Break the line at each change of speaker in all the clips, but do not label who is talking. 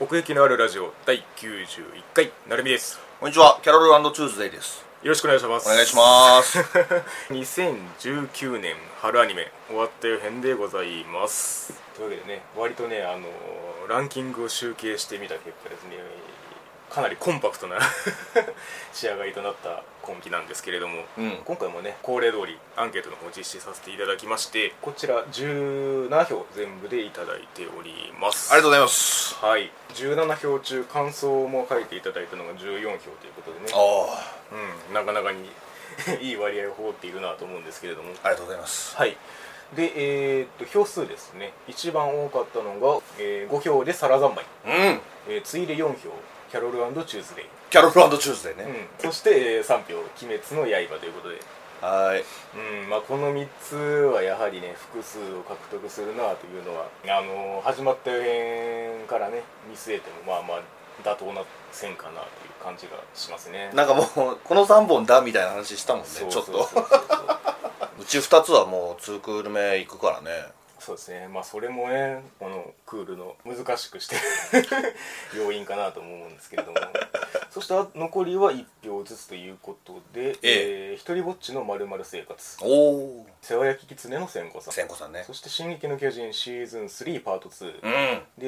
奥行きのあるラジオ第91回なるみです
こんにちは、キャロルチューズデイです。
よろしくお願いします
お願い します。
す2019年春アニメ終わったよ編でございますというわけでね割とねあのランキングを集計してみた結果ですねかなりコンパクトな 仕上がりとなった今期なんですけれども、
うん
今回もね恒例通りアンケートの方を実施させていただきましてこちら17票全部でいただいております
ありがとうございます。
はい、17票中感想も書いていただいたのが14票ということでね
ああ、
うん、なかなかにいい割合を放っているなと思うんですけれども
ありがとうございます。
はいでえーっと票数ですね一番多かったのが、え5票でサラザンマイ、
うん。
えー次いで4票キャロルチューズデイ、
キャロルチューズデイ
う
ね。
ん、そして、えー3票「鬼滅の刃」ということで、
はーい。
うんまあ、この3つはやはりね複数を獲得するなというのはあのー始まった予編からね見据えてもまあまあ妥当な線かなという感じがしますね
なんかもう、この3本だみたいな話したもんね、ち
そ
ょ
う
っ
そうそう
と。
そう
うち2つはもう、2クール目行くからね。
そうですねまあそれもねこのクールの難しくして 要因かなとも思うんですけ れどもそしてあ残りは1票ずつということで「
え
えー、一人ぼっちのまる生活」
おお。
「世話焼ききつねの千子さん
千子さん」ね
そ。して「進撃の巨人」シーズン3パート2、
うん。
で、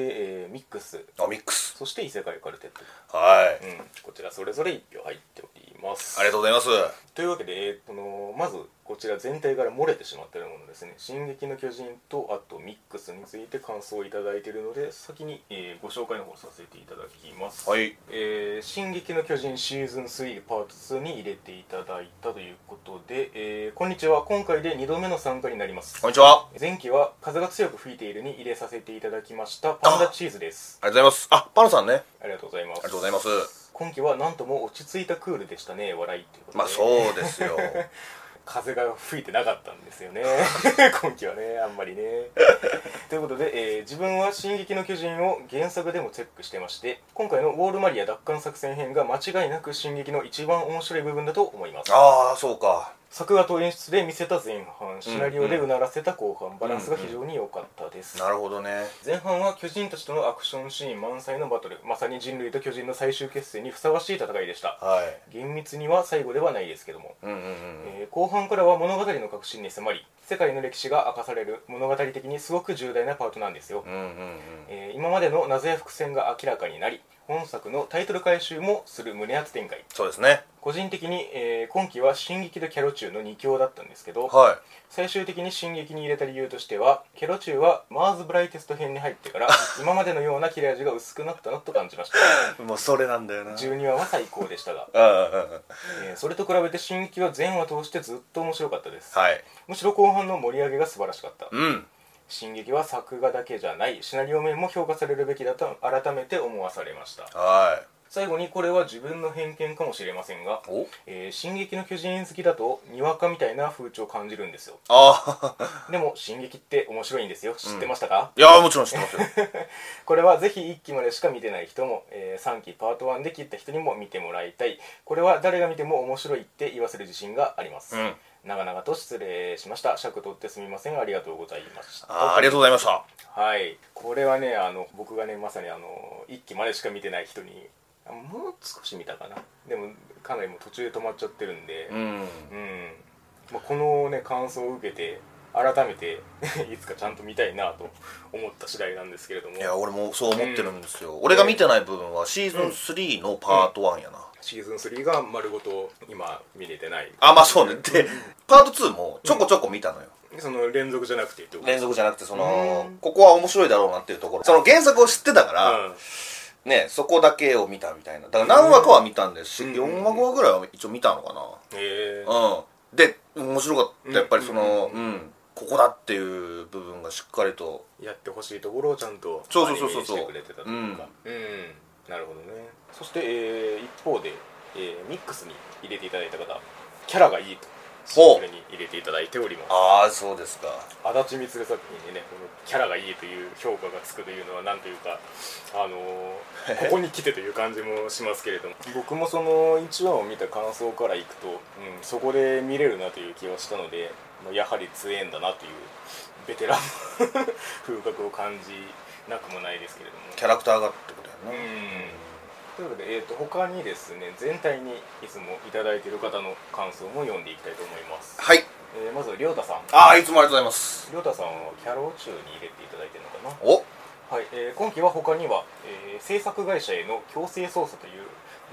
えーミックス
あ、ミックス。
そして異世界カルテット、
は
う
い。
ん、こちらそれぞれ1票入っております
ありがとうございます。
というわけで、えーこのまずこちら全体から漏れてしまっているものですね「進撃の巨人」とあとミックスについて感想をいただいているので先に、えーご紹介の方させていただきます、
はい。
えー進撃の巨人」シーズン3パート2に入れていただいたということで、えーこんにちは今回で2度目の参加になります
こんにちは。
前期は風が強く吹いているに入れさせていただきましたパンダチーズです
ありがとうございます。あ、パンさんね。あ
ありがとうございます
りがとうございます。
今期はなんとも落ち着いたクールでしたね笑いっていうことで
まあ、そうです よ。
風が吹いてなかったんです よね今期はねあんまりねということで、えー自分は「進撃の巨人」を原作でもチェックしてまして今回のウォールマリア奪還作戦編が間違いなく「進撃」の一番面白い部分だと思います
ああ、そうか。
作画と演出で見せた前半シナリオでうならせた後半バランスが非常に良かったです、
なるほどね。
前半は巨人たちとのアクションシーン満載のバトルまさに人類と巨人の最終決戦にふさわしい戦いでした
はい。
厳密には最後ではないですけども、
うんうんうん。
えー後半からは物語の核心に迫り世界の歴史が明かされる物語的にすごく重大なパートなんですよ、
うんうんうん。
えー今までの謎や伏線が明らかになり本作のタイトル回収もする胸熱展開
そうですね。
個人的に、えー今期は「進撃とキャロチュー」の2強だったんですけど
は
最終的に進撃に入れた理由としてはキャロチューはマーズ・ブライテスト編に入ってから今までのような切れ味が薄くなったなと感じました
い。もうそれなんだよな。うんうん
12話は最高でしたが、
うん。
えーそれと比べて進撃は全話通してずっと面白かったです
はい。
むしろ後半の盛り上げが素晴らしかった
うん。
「進撃」は作画だけじゃないシナリオ面も評価されるべきだと改めて思わされました
はい。
最後にこれは自分の偏見かもしれませんが
お
「えー進撃の巨人」好きだとにわかみたいな風潮を感じるんですよ
あ あ。
でも「進撃」って面白いんですよ知ってましたか、
いやもちろん知って ますよ。
これはぜひ1期までしか見てない人も、え3期パート1で切った人にも見てもらいたいこれは誰が見ても面白いって言わせる自信があります、
うん
長々と失礼しました尺取ってすみませんありがとうございました
あーありがとうございました。
はいこれはねあの僕がねまさにあの1期までしか見てない人にあもう少し見たかなでもかなりもう途中で止まっちゃってるんで
うん。
うん、まあ、このね感想を受けて改めて いつかちゃんと見たいなと思った次第なんですけれども
いや、俺もそう思ってるんですよ。俺が見てない部分はシーズン3のパート1やな。
シーズン3が丸ごと今見れてない
あ、まあそうね。で、パート2もちょこちょこ見たのよ。
その連続じゃなくてってこと
連続じゃなくて、その
うん、
ここは面白いだろうなっていうところ。その原作を知ってたから、
うん
ね、そこだけを見たみたいな。だから何話かは見たんですし、
うん
4話5話ぐらいは一応見たのかな。
へえ
うん、で面白かっ
うん
たやっぱりその、うんここだっていう部分がしっかりと
やってほしいところをちゃんと
そうそうそうそうそう
アニメにしてくれてたというかうん、なるほどねそして、えー一方で、えーミックスに入れていただいた方キャラがいいと
ほう
それに入れていただいております
ああそうですか
足立光作品にねこのキャラがいいという評価がつくというのはなんというか、あのー ここに来てという感じもしますけれども僕もその1話を見た感想からいくと、うん、そこで見れるなという気はしたの で、まあやはり強えんだなというベテラン風格を感じなくもないですけれども
キャラクターがってこと
うん
やね、
ということで、えー、と他にですね全体にいつもいただいている方の感想も読んでいきたいと思います、
はい
えーまずはりょうたさん
ああいつもありがとうございます
りょうたさんはキャロー中に入れていただいてるのかな
お
はい、えー今期は他には、えー制作会社への強制捜査という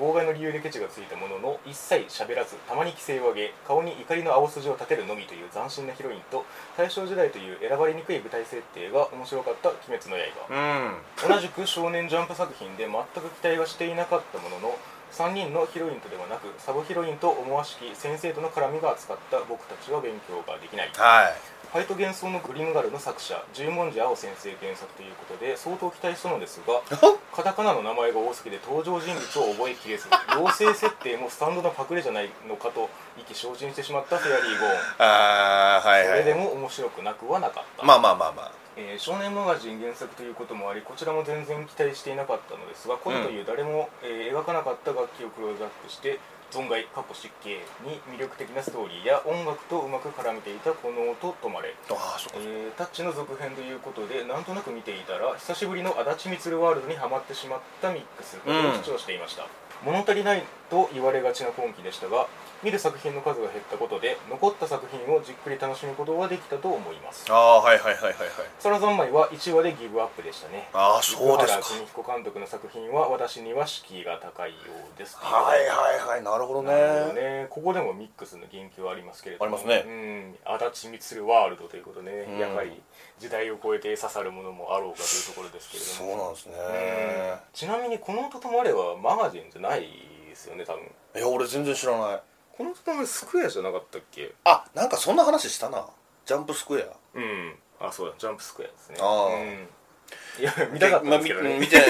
妨害の理由でケチがついたものの一切喋らずたまに規制を上げ顔に怒りの青筋を立てるのみという斬新なヒロインと大正時代という選ばれにくい舞台設定が面白かった「鬼滅の刃
うん」
同じく少年ジャンプ作品で全く期待はしていなかったものの3人のヒロインとではなくサブヒロインと思わしき先生との絡みが扱った僕たちは勉強ができない
は
ファイト幻想のグリムガルの作者十文字青先生原作ということで相当期待したのですが
い
カタカナの名前が多すぎて登場人物を覚えきれ ず妖精設定もスタンドのパクリじゃないのかと意気消沈してしまったフェアリー・ゴーン
ああは
それ
い
で
はい
も面白くなくはなかった、
まあまあまあまあ
えー少年マガジン原作ということもありこちらも全然期待していなかったのですがコルという誰も、えー描かなかった楽器をクローズアップして存外過去失敬に魅力的なストーリーや音楽とうまく絡めていたこの音止まれ
ああそっか
えータッチの続編ということでなんとなく見ていたら久しぶりの足立光ワールドにはまってしまったミックスを
うん
視聴していました、物足りないと言われがちな今期でしたが見る作品の数が減ったことで残った作品をじっくり楽しむことができたと思います
ああはいはいはいはいはい
皿三昧は1話でギブアップでしたね
ああそうです
福
か
原邦彦監督の作品は私には敷居が高いようです
はいはいはいなるほど
なるほど
ね
ね、ここでもミックスの言及はありますけれども
ありますね
うん、足立光ワールドということで、ね
うん
やはり時代を超えて刺さるものもあろうかというところですけれど
そ
も
うなんですね
うんちなみにこの音ともあれはマガジンじゃないですよね多分
いや俺全然知らない
この音ともあれスクエアじゃなかったっけ
あなんかそんな話したなジャンプスクエア
うんあそうだジャンプスクエアですね
ああ
うん、いや見たかったんですけど
まあ
ね
み見 ててか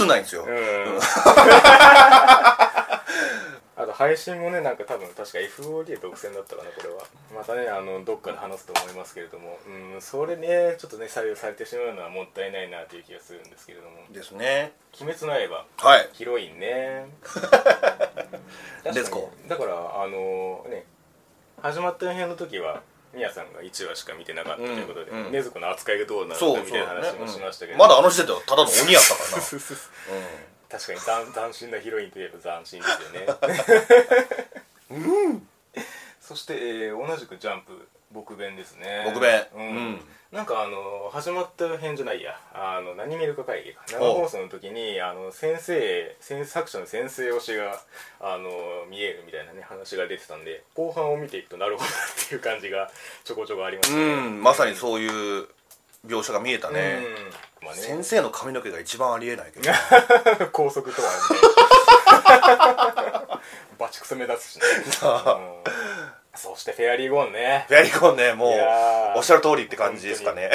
映んないんですよ
うん あと配信もねなんか多分確か FOD 独占だったかなこれはまたねあのどっかで話すと思いますけれどもうんそれねちょっとね採用されてしまうのはもったいないなという気がするんですけれども
ですね
「鬼滅の刃」
はい
ヒロイン ね
レツゴ
だからあのね始まった編の時はみやさんが1話しか見てなかったということで、
うんうん
禰豆子の扱いがどうなのか
そうそう
みたいな話も
ね
しましたけど、
うんまだ あの時点ではただの鬼やったから な
確かに斬斬新なヒロインといえば斬新ですよね そして、えー同じくジャンプ僕弁ですね
僕弁
うん、
うん
なんかあの始まった編じゃないやあの何見るか会議か生放送の時にあの先生先作者の先生推しがあの見えるみたいなね話が出てたんで後半を見ていくとなるほどなっていう感じがちょこちょこありますね
うん、うん、まさにそういう描写が見えたね、
うんまあね
先生の髪の毛が一番ありえないけど
高速 とはねバチクソ目立つし ね、うんそしてフェアリーゴーンね
フェアリコンねも
い
う
やー
おっしゃる通りって感じですかね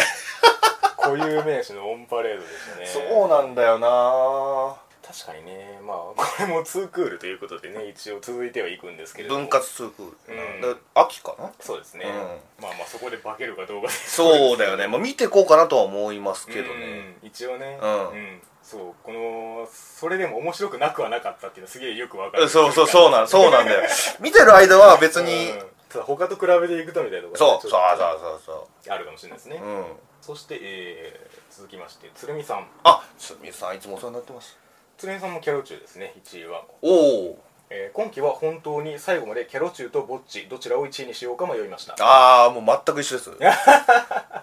固有名詞のオンパレードでしたね
そうなんだよな
確かにねまあこれもツークールということでね一応続いてはいくんですけれども
分割通空、
うん
だ秋かな
そうですね、
う
まあまあそこで化けるかどうかです
そうだよね、まあ、見てこうかなとは思いますけどね、
うん一応ね
うん
そうこのそれでも面白くなくはなかったっていうのはすげえよくわかる
そうそうそうなんそうなん だよ見てる間は別
うん
に、
ただ他と比べていくとみたいなところが
そう
ち
そ
ょ
う
っと
そうそうそ
あるかもしれないですね、
ううん
そして、えー続きまして鶴見さん
あすみさんいつもお世話になってます
鶴見さんもキャロ中ですね1位は、
おお
えー今期は本当に最後までキャロ中とボッチどちらを1位にしようか迷いました
ああもう全く一 緒です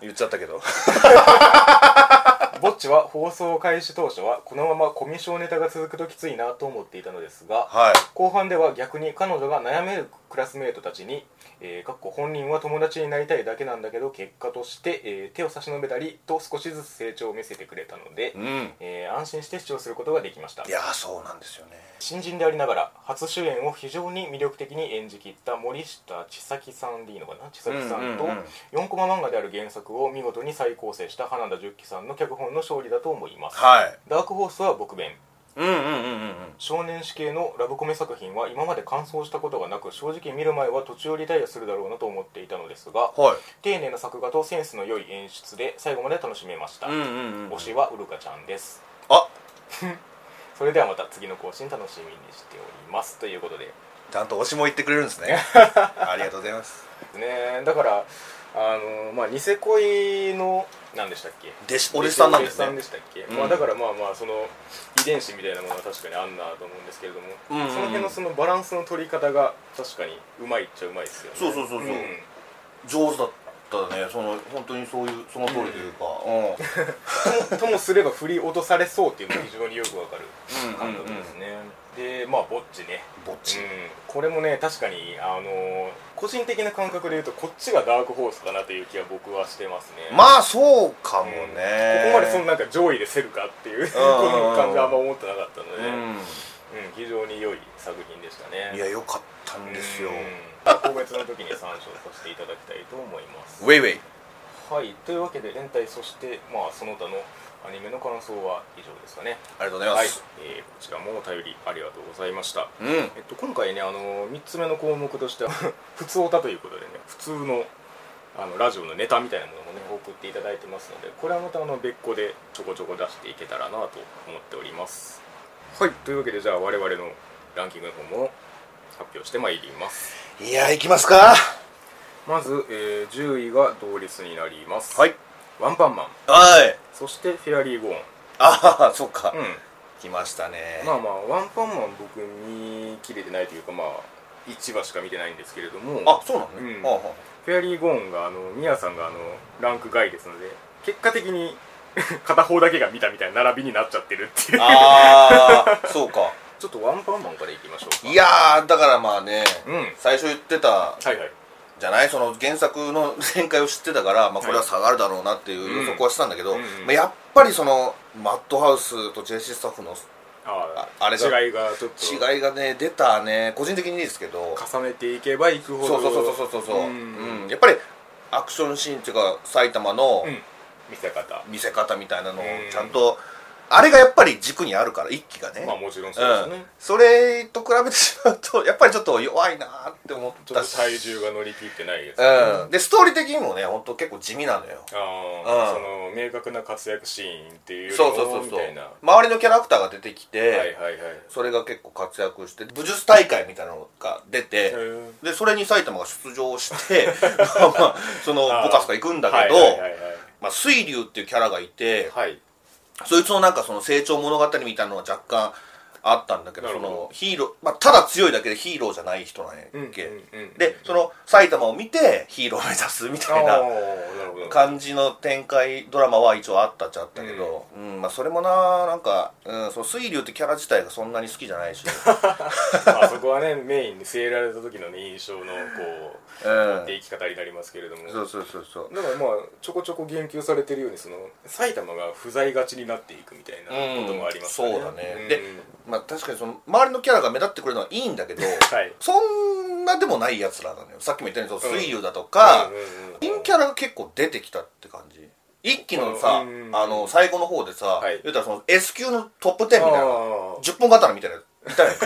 言っちゃったけど
ボッチは放送開始当初はこのままコミショネタが続くときついなと思っていたのですが
はい
後半では逆に彼女が悩めるクラスメートたちに、えーかっこ本人は友達になりたいだけなんだけど結果として、えー手を差し伸べたりと少しずつ成長を見せてくれたので
う、ん
えー安心して視聴することができました
いやーそうなんですよね
新人でありながら初主演を非常に魅力的に演じきった森下千咲さんでいいのかな千咲さんと
うんうんうん
4コマ漫画である原作を見事に再構成した花田十喜さんの脚本の勝利だと思います
はい
ダークホースは僕弁
うんうんうんうんうん
少年誌系のラブコメ作品は今まで完走したことがなく正直見る前は途中リタイアするだろうなと思っていたのですが
はい
丁寧な作画とセンスの良い演出で最後まで楽しめました、
うんうんうん
推しはウルカちゃんです
あ
それではまた次の更新楽しみにしておりますということで
ちゃんと推しも言ってくれるんですねありがとうございます
ねだからあのまあニセ恋の何でしたっけ
弟子お弟子さんなんです
お弟子さん
ね
でしたっけ、
ん
まあ、だからまあまあその遺伝子みたいなものは確かにあんなと思うんですけれども、
うんうんうん
その辺のそのバランスの取り方が確かにうまいっちゃうまいですよね
そうそうそうそう上手だったねその本当にそういうその通りというかう
ともともすれば振り落とされそうっていうのが非常によくわかる
ん
感覚ですね、でまあぼっちね
ぼっち
うん、これもね確かにあのー個人的な感覚で言うとこっちがダークホースかなという気は僕はしてますね
まあそうかもね
ここまでそのなんか上位でせるかっていう この感じはあんま思ってなかったので、うん非常に良い作品でした
うん
ね
いやよかったんですよ
うん個別の時に参照させていただきたいと思います
ウェイウェイ
はいというわけで連帯そしてまあその他のアニメの感想は以上ですかね
ありがとうございま
はい
す、、
えーこちらもお便りありがとうございました
うん
えっと、今回ね、あの3つ目の項目としては 普通オタということでね普通のあのラジオのネタみたいなものもね送っていただいてますのでこれはまたあの別個でちょこちょこ出していけたらなと思っておりますはいというわけでじゃあ我々のランキングの方も発表してまいります
いや行きますか
まず、えー10位が同率になります
はい
ワンパンマン
はい
そしてフェアリーゴーン
ああそっか、
うん
来ましたね、
まあまあワンパンマン僕見切れてないというかまあ1話しか見てないんですけれども
あそうなのね、
うん
ああ
フェアリーゴーンがあのミヤさんがあのランク外ですので結果的に 片方だけが見たみたいな並びになっちゃってるっていう
あーそうか
ちょっとワンパンマンからいきましょうか
いやーだからまあね、
うん
最初言ってた
はいはい
じゃないその原作の 展開を知ってたから、まあ、これは下がるだろうなっていう
はい
予測はしてたんだけど、
うんうん
まあ、やっぱりそのマッドハウスと JC スタッフの
あ
ああれが
違いがちょっと
違いがね出たね個人的にですけど
重ねていけばいくほど
そうそうそうそうそうそう、
ん
うんやっぱりアクションシーンっていうか埼玉の
うん見せ方
見せ方みたいなのを
うん
ちゃんと、あれがやっぱり軸にあるから一気がね、
まあもちろんそうですね、
うん、それと比べてしまうとやっぱりちょっと弱いなーって思っ
ちょ
た
っと
し
体重が乗り切ってないですね
うん、でストーリー的にもね本当結構地味なのよ
ああ、
うん
その明確な活躍シーンっていうより
そうそうそう
もみ
そう
たいなは
周りのキャラクターが出てきて、
いはいはいへ
それが結構活躍して武術大会みたいなのが出て、
え
でそれに埼玉が出場してまあまあその
あー
ボカスカ行くんだけ
はい
ど、
はいはいはい
まあ、水流っていうキャラがいて、
はい
そいつのなんかその成長物語みたいなのは若干あったんだけど
なる
そ
ほど
のヒーロー、まあ、ただ強いだけでヒーローじゃない人なんやっけ、
うんうんうん
でその埼玉を見てヒーローを目指すみ
あ
た
あ
い
な
な
るほど
感じの展開ドラマは一応あったっちゃあったけど、うんまあ、それもななんか、うん、その水流ってキャラ自体がそんなに好きじ ゃないし、
まあそこはねメインに据えられた時の、ね、印象のこ
う
う生
ん、
き方になりますけれども
そうそうそうそう
だからまあちょこちょこ言及されてるようにその埼玉が不在がちになっていくみたいなこともあります
うんそうだね
ん
でまあ確かにその周りのキャラが目立ってくれるのはいいんだけど、
はい
そんなでもないやつらなのよさっきも言ったようにその水流だとか、
うんうんうん
ピンキャラが結構出てきたって感じ一期のさ、
うん
あの最後の方でさ、
はい
言ったらその S 級のトップ10みたいな
あー
10本刀みたいなのいたよね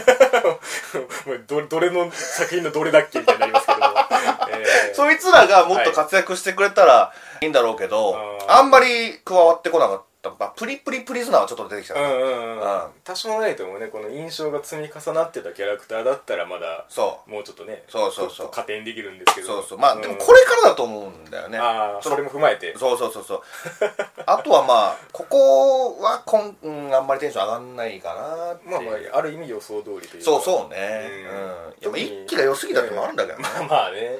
もうどどれの作品のどれだっけみたいになりますけども、 えー
そいつらがもっと活躍してくれたらいいんだろうけど、
あー
あんまり加わってこなかった、まあ、プリプリプリズナーはちょっと出てきた
う
な、
んうんうん
うん
多少ないともねこの印象が積み重なってたキャラクターだったらまだ
そう
もうちょっとね
そうそうそう
ちょっと加点できるんですけど
そうそうまあ、
ん
でもこれからだと思うんだよね
ああそ
その
れも踏まえて
そうそうそうそう あとはまあここはこん、うん、あんまりテンション上がんないかなっていう
まあまあある意味予想通りというか
そうそうね
う
うんん、いやまあ一気が良すぎたってのもあるんだけ どね、
まあまあね、
うん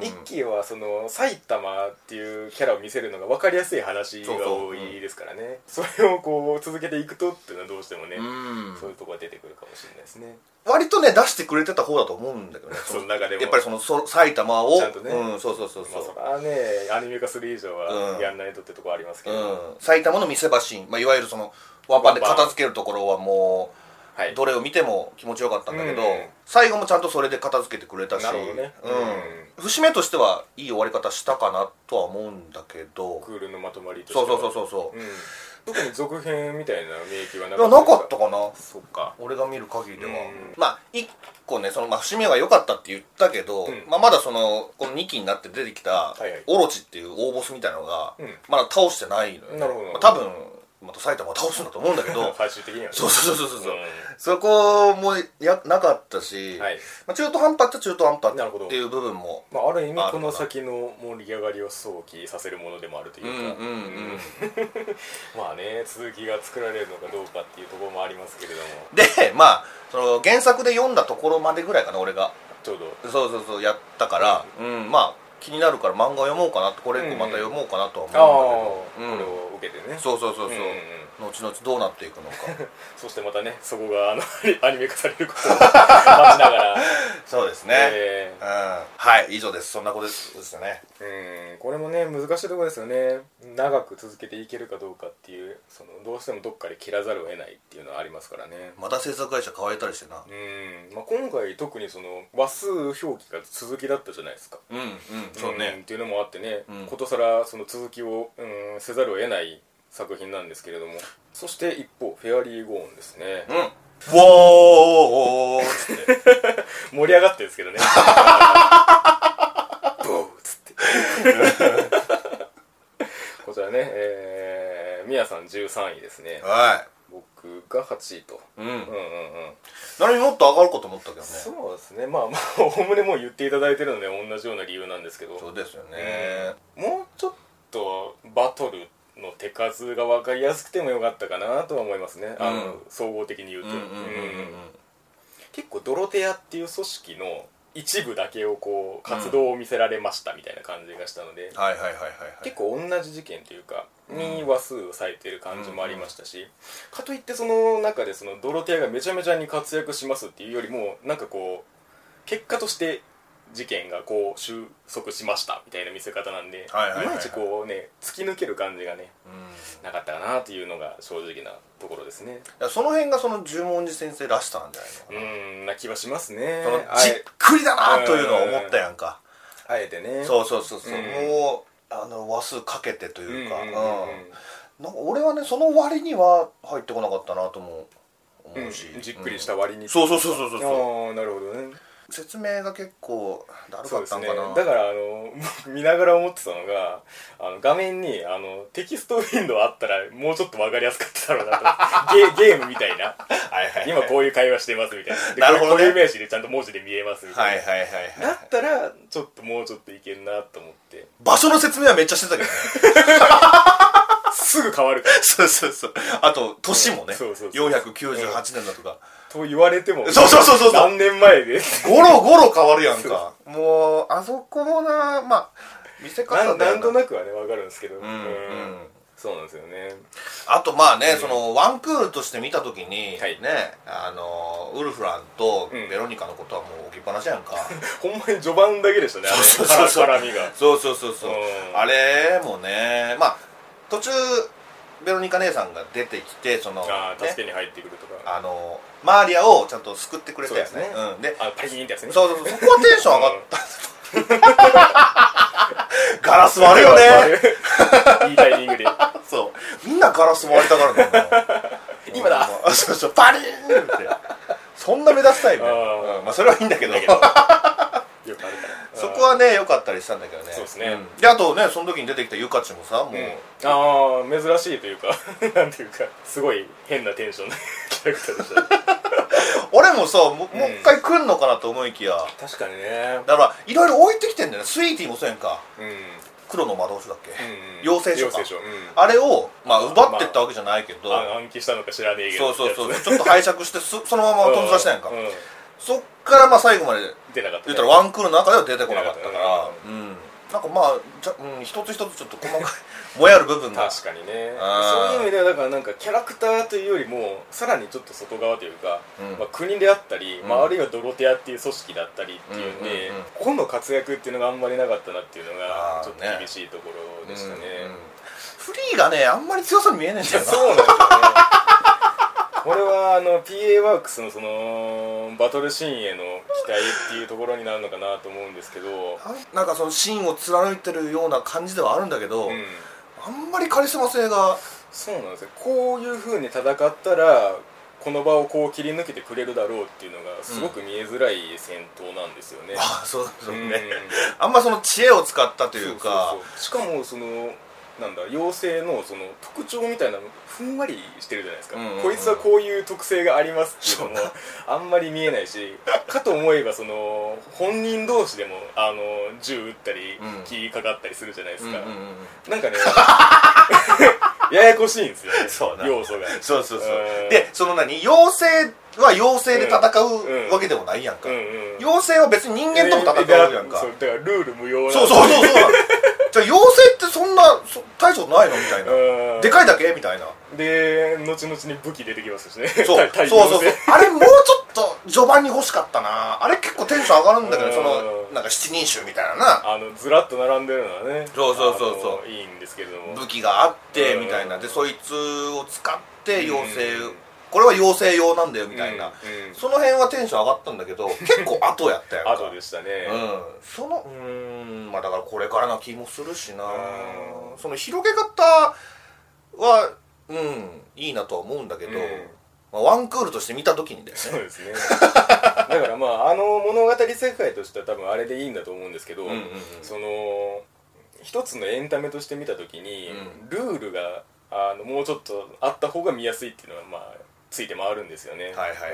一気はその埼玉っていうキャラを見せるのが分かりやすい話が
そうそう
多いですからねそれをこう続けていくとっていうのはどうしてもね、
うん
そういうとこが出てくるかもしれないですね
割とね出してくれてた方だと思うんだけどね
その中でも
やっぱりそのそ埼玉を
ちゃんとね
うん、そうそうそうそ
まあ
う、
それはねアニメ化する以上は
うん
やんないとってとこありますけど、
うん、埼玉の見せ場シーン、まあ、いわゆるそのワンパンで片付けるところはも
は
うどれを見ても気持ちよかったんだけど、
うん
最後もちゃんとそれで片付けてくれたし
なるほどね
う
うん
節目としてはいい終わり方したかなとは思うんだけど
クールのまとまりとして
そ
は、
うそうそうそうそう
ん、特に続編みたいな免疫はな
ういやなかったかな
そっか
俺が見る限りでは、
うん
まあ1個ねその、まあ、節目が良かったって言ったけど、
ん
まあ、まだそのこの2期になって出てきた
いはい
オロチっていう大ボスみたいなのが、
うん
まだ倒してないのよね、
なるほど
まあ多分また埼玉を倒すんだと思うんだけど
最終的にはね
そうそうそうそうそう、
うん
そこもやなかったし、
はい
まあ、中途半端っちゃ中途半端
なるほど
っていう部分も
まあ、ある意
あ
味
る
こ
のかな
の先の盛り上がりを想起させるものでもあるといううん
うん
か、
うん、
うん まあね続きが作られるのかどうかっていうところもありますけれども
でまあその原作で読んだところまでぐらいかな俺が
ちょうど
そうそうそうやったから、うんまあ気になるから漫画読もうかなってこれ以降また読もうかなと
ああ
は
こ
思うんだ
れ
けど、うん
を受けてね
そうそうそうそう、
うんうん
後々どうなっていくのか
そしてまたねそこがあのアニメ化されることを 待ちながら、
そうです ね、
え
うんはい以上ですそんなことですでしたね
ーうんこれもね難しいところですよね長く続けていけるかどうかっていうそのどうしてもどっかで切らざるを得ないっていうのはありますからね
また制作会社変われたりしてな
うん、まあ、今回特にその話数表記が続きだったじゃないですか
うんうんそうね、
んっていうのもあってね、
うん
ことさらその続きを、うん、せざるを得ない作品なんですけれどもそして一方「フェアリー・ゴーン」ですね、
うん。おー
盛り上がってるんですけど ねボーッつってこちらねえー、みやさん13位ですね
は
僕が8位と
い。うん
うん。うんうん
何もっと上がるかと思ったけどね。そ
そうですねまあまあおおむねもう言っていただいてるので同じような理由なんですけど
うですよね。
もうちょっとバトルの手数が分かりやすくてもよかったかなとは思いますね、あ
う
の
ん
総合的に言う
う
と、
んうんうん
うん結構ドロテアっていう組織の一部だけをこう活動を見せられましたみたいな感じがしたので、
はいはいはいはいはい。
結構同じ事件というかに話数を割いてる感じもありましたし、かといってその中でそのドロテアがめちゃめちゃに活躍しますっていうよりもなんかこう結果として事件がこう収束しましたみたいな見せ方なんで、
はいはいはいはい
まいちこうね突き抜ける感じがね
うん
なかったかなっていうのが正直なところですね
だからその辺がその十文字先生らしさなんじゃな
う
い
ーんな気はしますね
のかな。
あ
そのじっ
え
くりだなというのは思ったやんか。
あえてね
そうそうそうそう。
うん
もう、あの、話数かけてと
うんうん
いううん
う
か。うん
ん
なんか俺はね、その割には入ってこなかったなとも
うん
思うし。
じっくりした割に、
うん。そうそうそうそうそうそ
ああなるほどね
う。説明が結構だる
そ
か
う
っ
です
たん
ね
かな。
だからあの 僕見ながら思ってたのがあの画面にあのテキストウィンドウあったらもうちょっと分かりやすかっただろうなと ゲゲームみたいな
はいはいはい
今こういう会話してますみたいなで
なるほどね
こういう名詞でちゃんと文字で見えますみた
はいい
な、
はいはいはい。
だったらちょっともうちょっといけんなと思って
場所の説明はめっちゃしてたけどね。
すぐ変わるから
そうそうそう。あと、年もね。
そうそうそう
498年だとか。
と言われても
そうそうそうそうそう
何年前で
ゴロゴロ変わるやんか。もう、あそこもな、まあ、見せ方だ
な
よ
んなんと
な
なくはね分かるんですけど、うん
うん
そうなんですよね
あとまあね、その、ワンクールとして見たときに、
はい
ね、あの、ウルフランと
うん
ベロニカのことはもう置きっぱなしやんか。
ほんまに序盤だけでしたねあ
そう
の
そうそう
絡みが
そうそうそうそう
うん。
あれもね、まあ、途中、ベロニカ姉さんが出てきて、その、
あー
ね
助けに入ってくるとか
あの、マーリアをちゃんと救ってくれたやつね。
そうです
うん。で、
あパキーンってやつね
そうそうそう、そこはテンション上がった。 ガラス割るよね。
ねいいタイミングで
そう。みんなガラス割りたがるんだよ。
今だ
うんそうそう、パリーンって。そんな目立ちたいね。
あー
うんまあ、それはいいんだけど
だ。けどよくあるから
そこはね、良かったりしたんだけどね。
そうですね
んで、あとね、その時に出てきたユカチもさ、もう、
うんああ珍しいというか なんていうかすごい変なテンションの キャラクターでしたね
俺もさ、も
うん
もう一回来んのかなと思いきや、
確かにね
だから、いろいろ置いてきてんだよね。スイーティーもそうやんか。
うん
黒の魔導士だっけ、
うんうん
養成所
養
か
成所うん
あれを、まあ、奪ってったわけじゃないけど、
あ暗記したのか知らねえけ
そ
ど
うそうそう
ってや
ちょっと拝借してそそのまま
つ
飛び出したやんか、
う
そっからまあ最後まで
出なかったね
言ったらワンクールの中では出てこなかったから
出なかっ
うん、なんかまあじゃ、うん、一つ一つちょっと細かいもやる部分が
確かにね
あ
そう
ー
いう意味ではだからなんかキャラクターというよりもさらにちょっと外側というか、
うん
まあ、国であったり、
うん
まあ、あるいはドロテアっていう組織だったりっていうんで、
うんうんうん
個の活躍っていうのがあんまりなかったなっていうの
あ
が
ー
ちょっと
ね
厳しいところでしたね
うんうんフリーがねあんまり強さに見えねえん
い
だ
や
よな
そうなんですよねこれはあの PA ワークスのそのバトルシーンへの期待っていうところになるのかなと思うんですけど、
あなんかその芯を貫いてるような感じではあるんだけど、
うん
あんまりカリスマ性が
そうなんですよこういうふうに戦ったらこの場をこう切り抜けてくれるだろうっていうのがすごく見えづらい戦闘なんですよね。
あそうそう
うん
ね、あんまその知恵を使ったというか
そうそうそうしかもそのなんだ妖精のその特徴みたいなのふんわりしてるじゃないですか、
うんうんうん
こいつはこういう特性がありますっていうのもあんまり見えないしかと思えばその本人同士でもあの銃撃ったり
うん
切りかかったりするじゃないです
うん
か、
うんうんうん
なんかね ややこしいんですよね
そうな
要素が
そうそうそう
うん
でその何妖精は妖精で戦
うんうん
うわけでもないやんか、
うんうん
妖精は別に人間とも戦うやんか、
そうだからルール無用な
そうそうそうそうなのじゃあ妖精ってそんなそ大したことないのみたいな、
うん
でかいだけみたいな
で後々に武器出てきますしね
そうそ
対
う
応
そう
で
そうあれもうちょっと序盤に欲しかったなあれ結構テンション上がるんだけ
うん
どそのなんか七人衆みたいな
あのずらっと並んでるのはね
そうそうそうそう
あのいいんですけれども
な武器があって
うん
みたいなでそいつを使って妖精
うん
これは妖精用なんだよみたいな、
うんうん
その辺はテンション上がったんだけど結構後やったやんか
後でしたね
うんそのうーんまあだからこれからな気もするしな
うん
その広げ方はうんいいなとは思うんだけど、
うん
まあ、ワンクールとして見た時にだよ
そう
ね
ですねだからまああの物語世界としては多分あれでいいんだと 思うんですけど、
うんうんうん
その一つのエンタメとして見た時に、
う
ルールがあのもうちょっとあった方が見やすいっていうのはまあついて回るんですよね
はいはいはいはい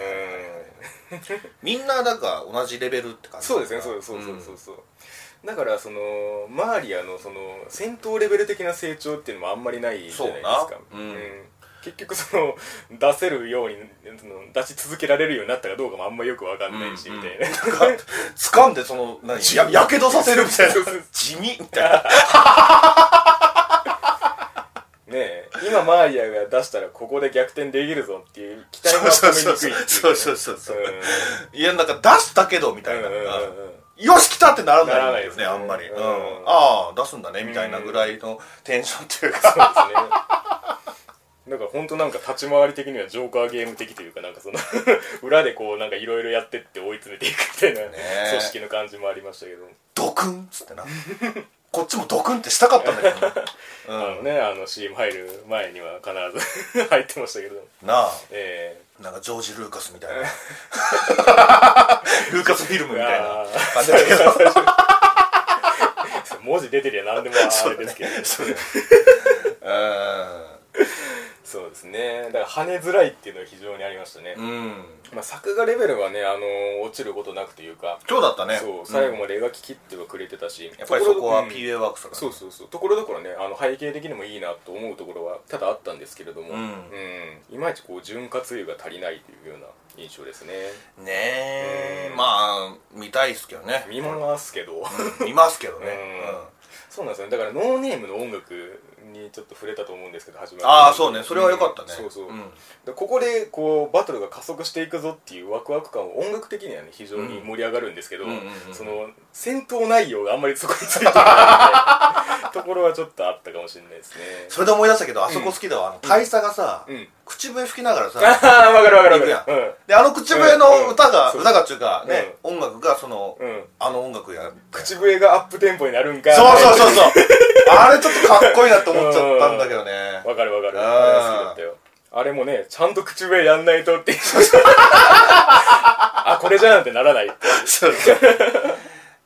うん
みんななんか同じレベルって感じ
そうですねそうですそうそうそうそう、だからそのマーリアのその戦闘レベル的な成長っていうのもあんまりないじゃないですか
そうなうん
結局その出せるようにその出し続けられるようになったかどうかもあんまよくわかんないし、
うんうん
みたいな
うんなんか掴んでその 何ややけどさせるみたいな
そうそうそう
地味みたいな
ねえ今マーリアが出したらここで逆転できるぞっていう期待が
そう
込め
そう
にく
そ
いっていうね
そうそうそうそう
うん
いやなんか出したけどみたいなのが
うんうんうん
よし来たってならない
なら
ん
ないで
だよ
す
ね
ね
あんまり、うん
うん
ああ出すんだねみたいなぐらいのテンションっていう
そ
か、
うですねなんか本当なんか立ち回り的にはジョーカーゲーム的というかなんかその 裏でこうなんかいろいろやってって追い詰めていくみたいな
え
組織の感じもありましたけど、
ドクンっつってなこっちもドクンってしたかったんだけ どな、
あのねあの CM 入る前には必ず 入ってましたけど
うん、なあ
え
なんかジョージ・ルーカスみた いなルーカスフィルムみたいな
あ
感じだけど
え 文字出てりゃ何でもあれですけど
そうだね
そうですねだから跳ねづらいっていうのは非常にありましたね、
うんうん
まあ、作画レベルはね、あの落ちることなくというか
今日だったね
そう最後
ん
まで描き切ってはくれてたし、
やっぱりそこは
うん
PA ワークスだから
そうそうそうところどころねあの背景的にもいいなと思うところは多々あったんですけれども、
うん
いまいちこう潤滑油が足りないというような印象ですね
ねえ
うん
まあ見たいっすけどね
見ますけど、
見ますけどね、
うん
うん
そうなんですよねだからノーネームの音楽にちょっと触れたと思うんですけど始まり
ああそうねそれは良かったね、
うんそうそう、
ん
でここでこうバトルが加速していくぞっていうワクワク感を音楽的にはね非常に盛り上がるんですけど、
うんうんうんうん
その戦闘内容があんまりそこについて ないのでところはちょっとあったかもしれないですね
それで思い出したけどあそこ好きだわ、あの大佐がさ、
うん
口笛吹きながらさ、
ああ分かる分かる分か
行
る
であの口笛の歌が、
うんうん
歌がっていうかね、音楽がその、
うん、うん、
あの音楽や
口笛がアップテンポになるんか
そうそうそうそう あれちょっとかっこいいなって思っちゃったんだけどね、
わかるわかる
あー
あれは好きだったよあれもねちゃんと口笛やんないとって あこれじゃなんてならないって
そうそう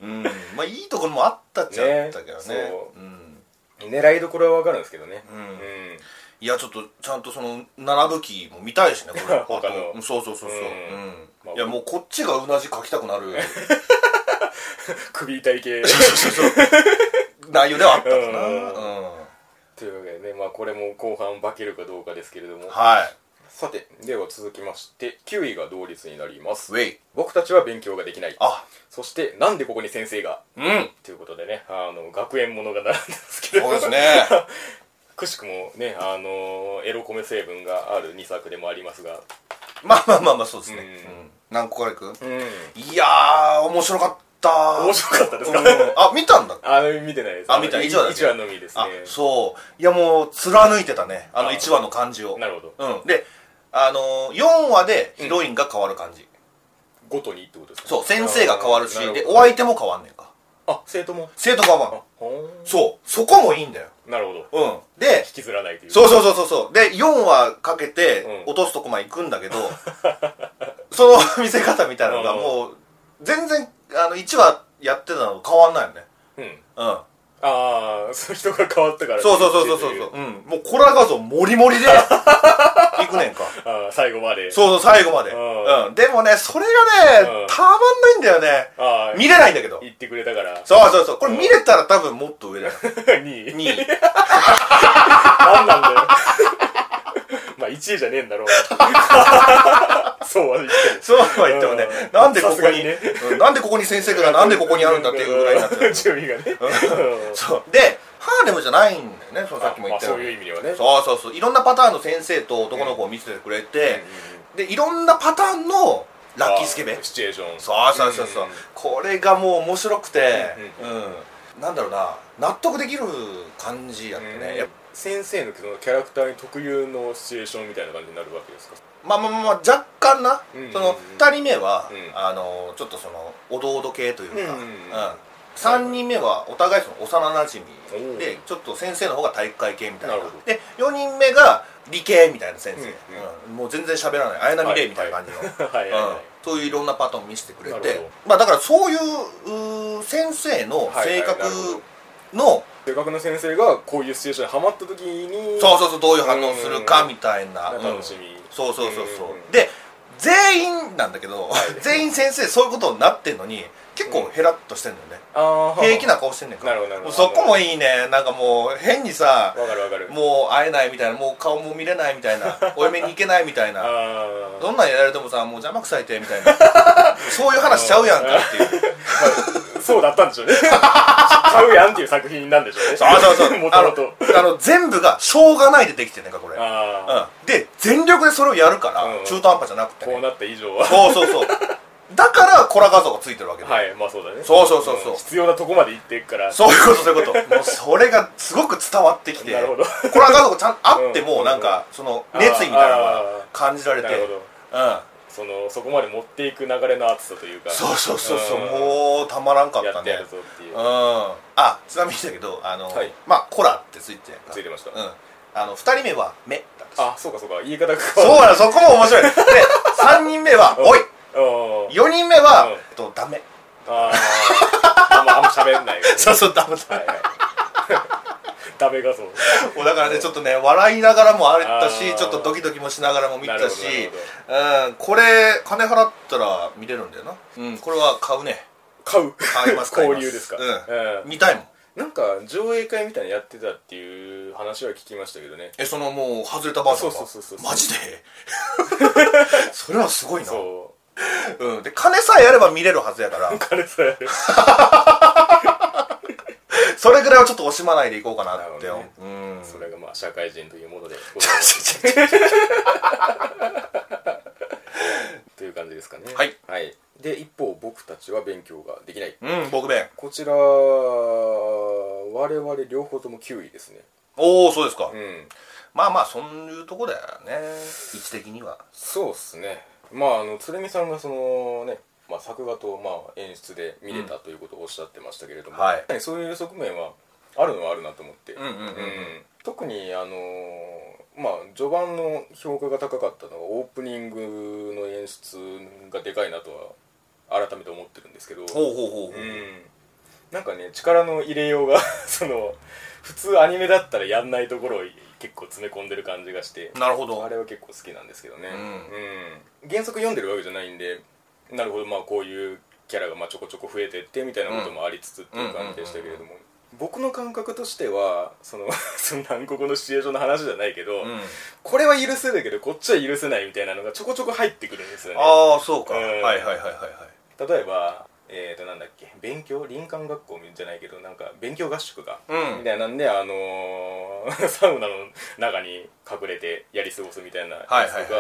うんまあいいところもあったっちゃあったけどね
ねそう
うん、
狙いどころはわかるんですけどね
うん
うん
いやちょっとちゃんとその七武器も見たいしねこれ
他の
あとそうそうそうそう、
う
うんん
まあ
いやもうこっちがうなじ書きたくなる
首痛い系
内容ではあったかな、うん
というわけでねまあこれも後半化けるかどうかですけれども
はい
さてでは続きまして9位が同率になります
ウェイ
僕たちは勉強ができない
あ
そしてなんでここに先生が
うん
ということでねあの学園ものが並んでますけど
そうですね
くしくもねあのエロコメ成分がある2作でもありますが
まあまあまあまあそうですね、
うん
うん何個からいく
うん
いやー面白かった
面白かったですか
うんあ見たんだ
あの見てないです
あ見た一話だけ
一話のみですね
あそういやもう貫いてたねあの
あ
1話の感じを
なるほど
うんであのー、4話でヒロインが変わる感じ、
ごとにってことですか
そう先生が変わるし
あーな
で
ほど
お相手も変わんねんか
あ生徒も
生徒変わ
あ
ん
ほ
そうそこもいいんだよ
ーんなるほど
うんで
引きずらないという
そうそうそうそうそうで4話かけて
うん
落とすとこまで行くんだけど、 その見せ方みたいなのが
うん
もう全然あの1話やってたのと変わんないよね
うん
うん
ああそう人が変わったから
そうそうそうそうそう
ってい
そう、うん、もうコラ画像もりもりで いくねんか
あー最後まで
そうそう最後まで、
うん
うん、でもねそれがね、
うん
たまんないんだよね
ああ
見れないんだけど
言ってくれたから
そうそうそうこれ見れたら多分もっと上 だよ
2位
2位
何なんだよ まあ1位じゃねえんだろう そうは言っても
そうは言ってもね
う、ん
なんでここ
さすが
に、
にね。
うんなんでここに先生がなんでここにあるんだっていうぐらいになって る
順位がねうん
そう。で、ハーレムじゃないんだよね、そのさっきも言った
まあそ
よう
う
に。
いう意味ではね
そうそうそう。いろんなパターンの先生と男の子を見せてくれて、で、いろんなパターンのラッキースケベ
あ。シチュエーション
そうそうそうそう。これがもう面白くて、
う
うん。なんだろうな、納得できる感じやったね。やっぱ
先生のそのキャラクターに特有のシチュエーションみたいな感じになるわけですか
まあまあまあまあ若干な、
うんうんうん
その2人目は、
うん
あのちょっとそのおどおど系というか、
うんうんうん
3人目はお互いその幼なじ
おう
みでちょっと先生の方が体育会系みたいな
なるほど
で4人目が理系みたいな先生、
う
うんもう全然喋らない綾波レイみたいな感じ の、
はいはいはい
うんそういういろんなパターンを見せてくれ
なるほ
て
ど
まあだからそういううー先生の
はい
性
はい
格
なるほど
の、
性格の先生がこういうシチュエーションにハマった時に
そうそうそうどういう反応するかみたいな、うん
楽しみ
そうそうそうそ
うん
う、
うんうん
で全員なんだけど、 全員先生そういうことになってんのに結構ヘラッとしてんだよね、
あー
平気な顔してんねんか
なるほどなるほ
もう
ど
そこもいいねなんかもう変にさ
わかるわかる
もう会えないみたいなもう顔も見れないみたい なお嫁に行けないみたいな
あー
どんなんやられてもさもう邪魔くさいてみたいなそういう話しちゃうやんかっていう
そうだったんでしょうね買うやんっていう作品なんでしょうね
そうそう そう
もと
あ
もと
のあの全部がしょうがないでできてんねんかこれ、
あ
うん、で全力でそれをやるから、
うん
中途半端じゃなく
あ
て、ね
こう、なった以上は
そうそうそうだからコラ画像がついてるわけだよ
はいまあそうだね
そうそうそうそうん
必要なとこまで行っていくから
そういうことそういうこともうそれがすごく伝わってきて
なるほど
これはなんかちゃんあって
うんうん
も
うん
なんかその熱意みたいなのが感じられて
なるほど
うん
そのそこまで持っていく流れの熱さというか
そうそうそうそう
うん
もうたまらんかっ
や
た
って
ね
やるぞっていう
うんあちなみにだけどあの
はい
まあコラってついてるやんか
ついてました
うんあの2人目は目だったし
あそうかそうか言い方が
そう
変わ
なのそこも面 白いで3人目は
うん
おい
そう
4人目
うん
はえっとダメ
あーあんまあんま喋んないよね
そうそうダメだ
はい はいダメ画像
もうだからねちょっとね笑いながらもあれた
あ
し
ー
ちょっとドキドキもしながらも見
な
た
るほど
し
なるほど
うんこれ金払ったら見れるんだよなうんこれは買うね
買う
買 います買い
購
ます
入ですか
うん
うん
見たいもん
なんか上映会みたいなのやってたっていう話は聞きましたけどね
えそのもう外れたバージョンが
そうそうそうそう
マジで それはすごいな
そう
うんで金さえあれば見れるはずやから
彼それ
それぐらいはちょっと惜しまないでいこうかなって
なるほ
うん
それがまあ社会人というもの でという感じですかね
はい、
で一方僕たちは勉強ができない
うん僕弁
こちら我々両方とも9位ですね
おおそうですか
うん
まあまあそういうとこだよね位置的には
そうっすねまああの鶴見さんがそのね、まあ、作画とまあ演出で見れたということをおっしゃってましたけれども、
うんはい
確かにそういう側面はあるのはあるなと思って、
うんうんうんうん
特にあのーまあ序盤の評価が高かったのはオープニングの演出がでかいなとは改めて思ってるんですけど
ほうほうほうほ
う
うん
なんかね力の入れようが その普通アニメだったらやんないところを結構詰め込んでる感じがして
なるほど
あれは結構好きなんですけどね、
うん
うん原作読んでるわけじゃないんでなるほどまあこういうキャラがまあちょこちょこ増えてってみたいなこともありつつっていう感じでしたけれども、僕の感覚としてはその その南国のシチュエーションの話じゃないけど、
うん
これは許せるけどこっちは許せないみたいなのがちょこちょこ入ってくるんですよね
ああそうか、
うん
はいはいはいはいはい
例えばえー、となんだっけ勉強林間学校じゃないけどなんか勉強合宿か、
うん
みたいなんで、あのー サウナの中に隠れてやり過ごすみたいなやつとか、
はいはいはい
あ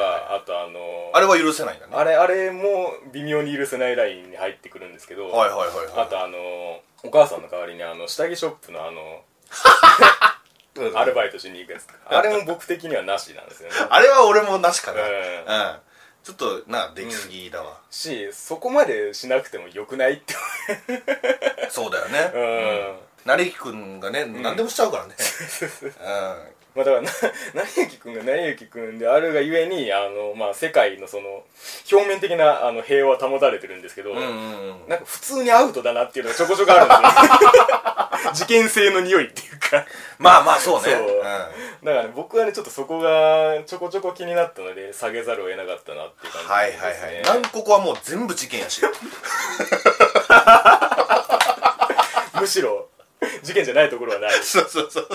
とあのー
あれは許せないんだね
あれあれも微妙に許せないラインに入ってくるんですけど、
はいはいはいはい
あとあのお母さんの代わりにあの下着ショップのあ の アルバイトしに行くやつとかあれも僕的にはなしなんですよね
あれは俺もなしかな、
う
うんんちょっとなできすぎだわ、
しそこまでしなくてもよくないって
そうだよね、
うん、
成木君がね、何でもしちゃうからね、
まあ、だからな成幸君が成幸君であるがゆえにあの、まあ、世界のその表面的なあの平和は保たれてるんですけど、
うん、うんうんうん
なんか普通にアウトだなっていうのがちょこちょこあるんですよ事件性の匂いっていうか
まあまあそうね
そう
うん
だから、ね、僕はねちょっとそこがちょこちょこ気になったので下げざるを得なかったなっていう
は
感
い
じ
はい
です
はい
ね、
南国はもう全部事件やし
むしろ事件じゃないところはない
そうそうそう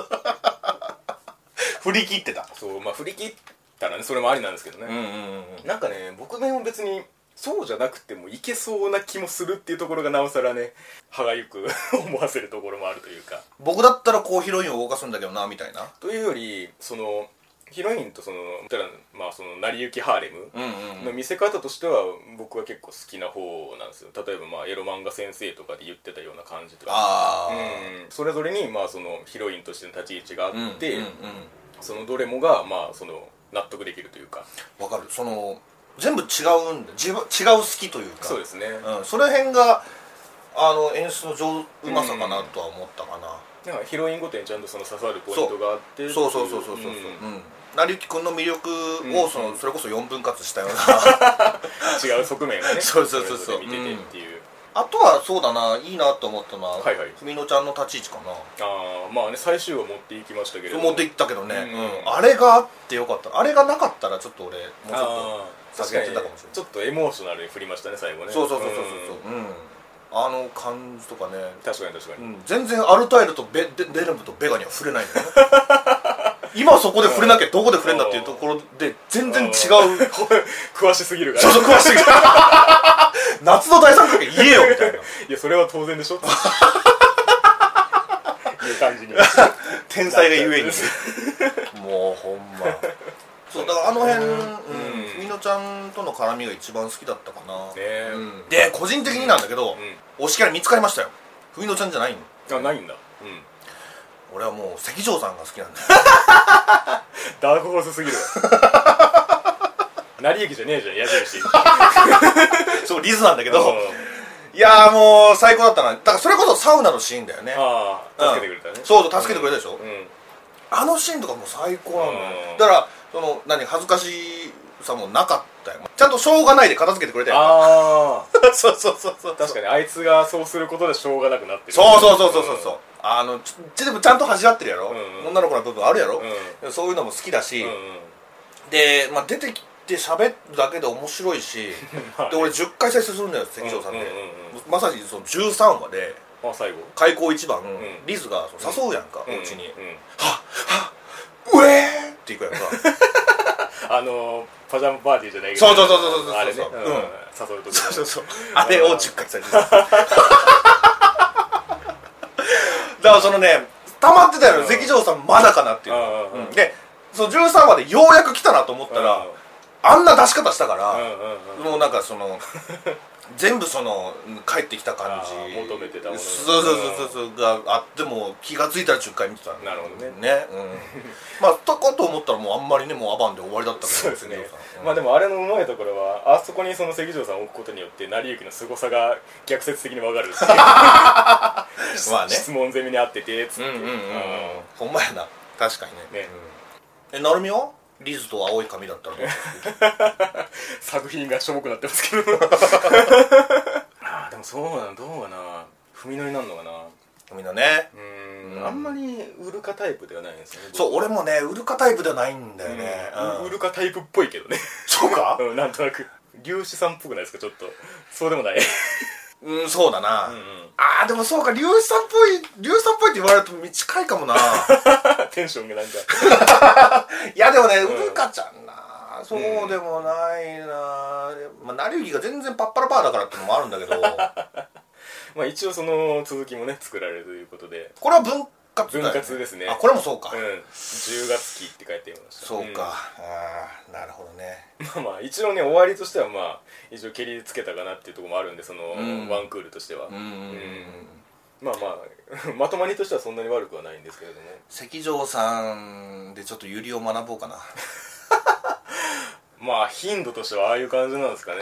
振り切ってた
そうまあ振り切ったらねそれもありなんですけどね、
うんうんうんうん
なんかね僕も別にそうじゃなくてもいけそうな気もするっていうところがなおさらね歯がゆく 思わせるところもあるというか
僕だったらこうヒロインを動かすんだけどなみたいな
というよりそのヒロインとそのただまあその成り行きハーレム
んうん
の見せ方としては僕は結構好きな方なんですよ例えばまあエロ漫画先生とかで言ってたような感じとか
ああ
うんそれぞれにまあそのヒロインとしての立ち位置があって、
うんうん
そのどれもがまあその納得できるというか
わかるその全部違うんだ自分違う好きというか
そうですね、
うん、その辺があの演出の上うまさかなとは思ったかな、
なんかヒロインごとにちゃんとその刺さるポイントがあって
そうそうそうそうそうそう、
ん
うん成幸君の魅力
う
を
ん
そのそれこそ4分割したような
違う側面がね
そうそうそうそう
れぞれ見ててっていう、
あとはそうだないいなと思ったのは
はいはい
文乃ちゃんの立ち位置かな
ああまあね最終話持っていきましたけれど
持っていったけどね、
うん
うんあれがあってよかったあれがなかったらちょっと俺もうちょっと
ああ確かに
先に言ってたかもしれない
ちょっとエモーショナルに振りましたね最後ね
そうそうそうそうそうそううん、あの感じとかね、
ん確かに確か
う
に、
ん、全然アルタイルとベデデレムとベガには触れないんだよ 今そこで触れなきゃどこで触れんだっていうところで全然違う
これ詳しすぎるから
所属はしてきた 夏の大三角言えよみたいない
やそれは当然でしょ いう感じに
天
才がゆえに
もうほんまそうだからあの辺
う
うんんみのちゃんとの絡みが一番好きだったかな、
え
うんで個人的になんだけど、推しキャラ見つかりましたよふみのちゃんじゃないの
あないんだうん
俺はもう関城さんが好きなんだよ
ダークホースすぎるわ成行じゃねえじゃん矢印
そうリズなんだけ
うん
どいやーもう最高だったなだからそれこそサウナのシーンだよね
ああ助けてくれたね、
そうそう助けてくれたでしょ、
うん
あのシーンとかもう最高なんだよ、
うん
だからその何恥ずかしさもなかったよちゃんとしょうがないで片付けてくれたよ
ああ
そうそうそうそう
確かにあいつがそうすることでしょうがなくなってる
そうそうそうそうそうそうあのちちでもちゃんと恥じらってるやろ、
うんうん
女の子の部分あるやろ、
う
そういうのも好きだし、
ん、うんうん、
で、まあ、出てきて喋るだけで面白 いし
まあ
で俺10回再生するんだよ関城さんで、
うんうんうん
まさにその13話で
あ最後
開口一番、
ん
リズがその誘うやんか、おうちに
うんうんうん
「うえー!」っていくやんか
あのーパジャマパーティーじゃないけ
そうそうそうそうそうそう
あれね、うん
うん
誘うとき
そうそうそうあれを10回再生するだからそのね溜まってたよ、
うん
関城さんまだかなっていうのが、
うんうんうん
でその13話でようやく来たなと思ったら、あんな出し方したか
うん
ら、
うんうんうん
もうなんかその全部そのうん帰ってきた感
あ
じ
ー求めてたもの
そうそうそうそうそうがあってもう気が付いたら10回見てたんだ
なるほどね
ねうんまあとこと思ったらもうあんまりねもうアバンで終わりだったけど
そうですね
関城さん、
まあでもあれのうまいところはあそこにその関城さんを置くことによって成行の凄さが逆説的に分かるって いう
まあね
質問攻めに合っててつって、
うんうんうんうん
あ
ほんまやな確かにね
ね
うんえなるみはリズと青い髪だったらどうする
ー作品がしょぼくなってますけどあーでもそうなのどうかな踏み乗りなんのかな
みんなね
うーんあんまりウルカタイプではないんですよね
そう俺もねウルカタイプではないんだよ
ね
ね、うん
ウルカタイプっぽいけどね
そうか
うんなんとなく粒子さんっぽくないですかちょっとそうでもない
うんそうだな、
うんうん
あーでもそうか龍さんっぽい龍さんっぽいって言われると近いかも な
テンションがなんか
いやでもね、
ん
うるかちゃんなそうでもないな、まあ成幸が全然パッパラパーだからってのもあるんだけ ど
まあ一応その続きもね作られるということで
これは分割だよ、ね、
分割ですね
あこれもそうか、
うん10月期って書いてありました
そうか、あーなるほどね
うんまあまあ一応ね終わりとしてはまあ一応蹴りつけたかなっていうところもあるんでその、
ん
ワンクールとしては、
うん
まあまあ まとまりとしてはそんなに悪くはないんですけれども
関城さんでちょっとゆりを学ぼうかな
まあ頻度としてはああ いう感じなんですかね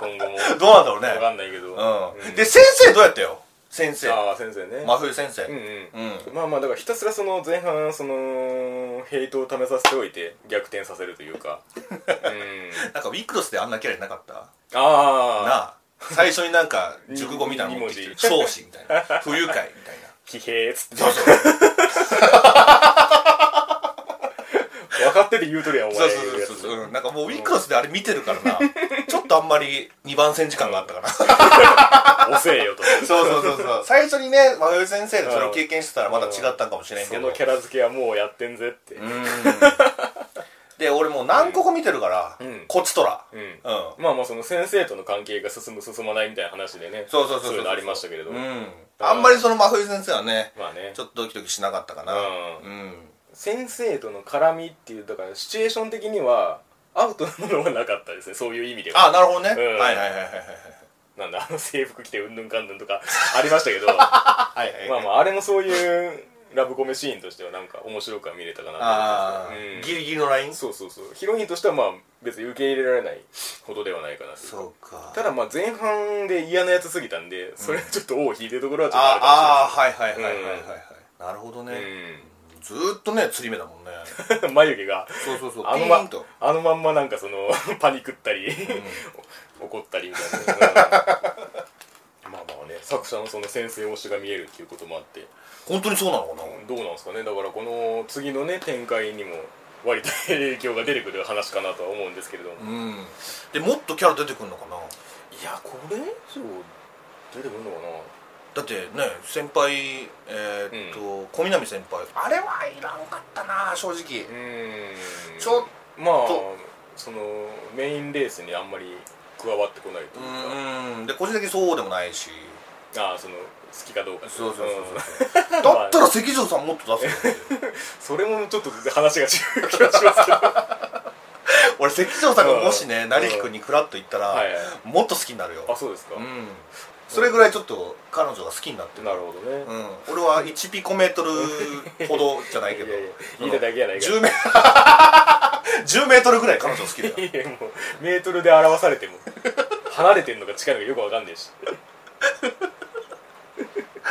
今後も
どうなんだろうね
分かんないけど、
うん、
うん
で先生どうやったよ先生
ああ先生ね
真冬先生、
うんうん、
う
まあまあだからひたすらその前半そのヘイトをためさせておいて逆転させるというか、うん、
なんかウィクロスであんなキャラじゃなかった
ああ
なあ最初になんか熟語みたいなの持ってきて
二文字
る少子みたいな不愉快みたいな
騎兵っつって
そうそう
分かってて言うとるやんお前
そうそうそうそう、うん、なんかもうウィクロスであれ見てるからなちょっとあんまり2番線時間があったからそう
遅えよ と
そうそうそう最初にね真冬先生がそれを経験してたらまだ違ったんかもしれん
そ
けど
のキャラ付けはもうやってんぜって
うーんで俺もう何個か見てるから、
ん
こっちとら
うん、
うん
まあまあその先生との関係が進む進まないみたいな話でね
そうそうそうそう
いうのありましたけれど
う
も、
んあんまりその真冬先生はね
まあね
ちょっとドキドキしなかったかな
う
うん、
先生との絡みっていうだからシチュエーション的にはアウトなものはなかったですねそういう意味では
あなるほどね、
うん
はいはいはいはいはい
なんだあの制服着てうんぬんかんぬんとかありましたけ どま
はいはい
あまああれもそういうラブコメシーンとしてはなんか面白くは見れたかなと
ああ
思いますね
ギリギリのライン
うん、そうそうそうヒロインとしてはまあ別に受け入れられないほどではないかなと
そうか
ただまあ前半で嫌なやつすぎたんでそれはちょっと尾を引いてるところはちょっとあるかもしれない
ああーはいはいはいはいはいはい、なるほどね、ずーっとね釣り目だもんね
うん 眉毛が
そうそうそう
あの
ピー
ま
ンと
あのまんまなんかその パニックったり、怒ったりみた いな、まあまあね作者のその先生推しが見えるっていうこともあって
本当にそうなのかな、
どうなんですかねだからこの次のね展開にも割と影響が出てくる話かなとは思うんですけれども、い
うん、でもっとキャラ出てくるのかな
やこれ以上出てくるのかな
だってね先輩えーっと、小南先輩あれはいらんかったな正直、
うーん
ちょっ
まあ
と
そのメインレースにあんまり加わってこないというか、
うんうんで個人的にそうでもないし
ああその好きかどうか
そうそうそううんそうだったら関城さんもっと出すよ
それもちょっと全然話が違う気がし ますけど
俺関城さんがもしね
うん
成彦にクラッと行ったら、
はいはい
もっと好きになるよ
あそうですか、
うんそれぐらいちょっと彼女が好きになってる
なるほどね、
うん、俺は1ピコメートルほどじゃないけ ど
いやいや言いただけやないか
10メ10メートルぐら い彼女好きだ よ
いやもうメートルで表されても離れてんのか近いのかよくわかんねえし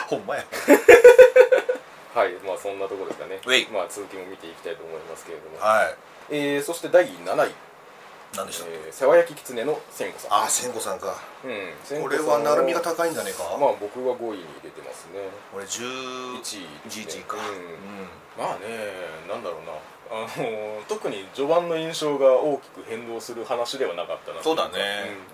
ほんまや
はいまあそんなとこですかね
ウェイ
まあ続きも見ていきたいと思いますけれども、
は
えー、そして第7位
い何でした、
えー世話焼き狐の千子さん
ああ千子さんか
うん千
こ
子さ
れ
ん
は成海が高いんじゃねえか、
まあ僕は5位に入れてますね
俺11
1位
位か、
うん
うん
まあねなんだろうなあの特に序盤の印象が大きく変動する話ではなかったな
そうだね、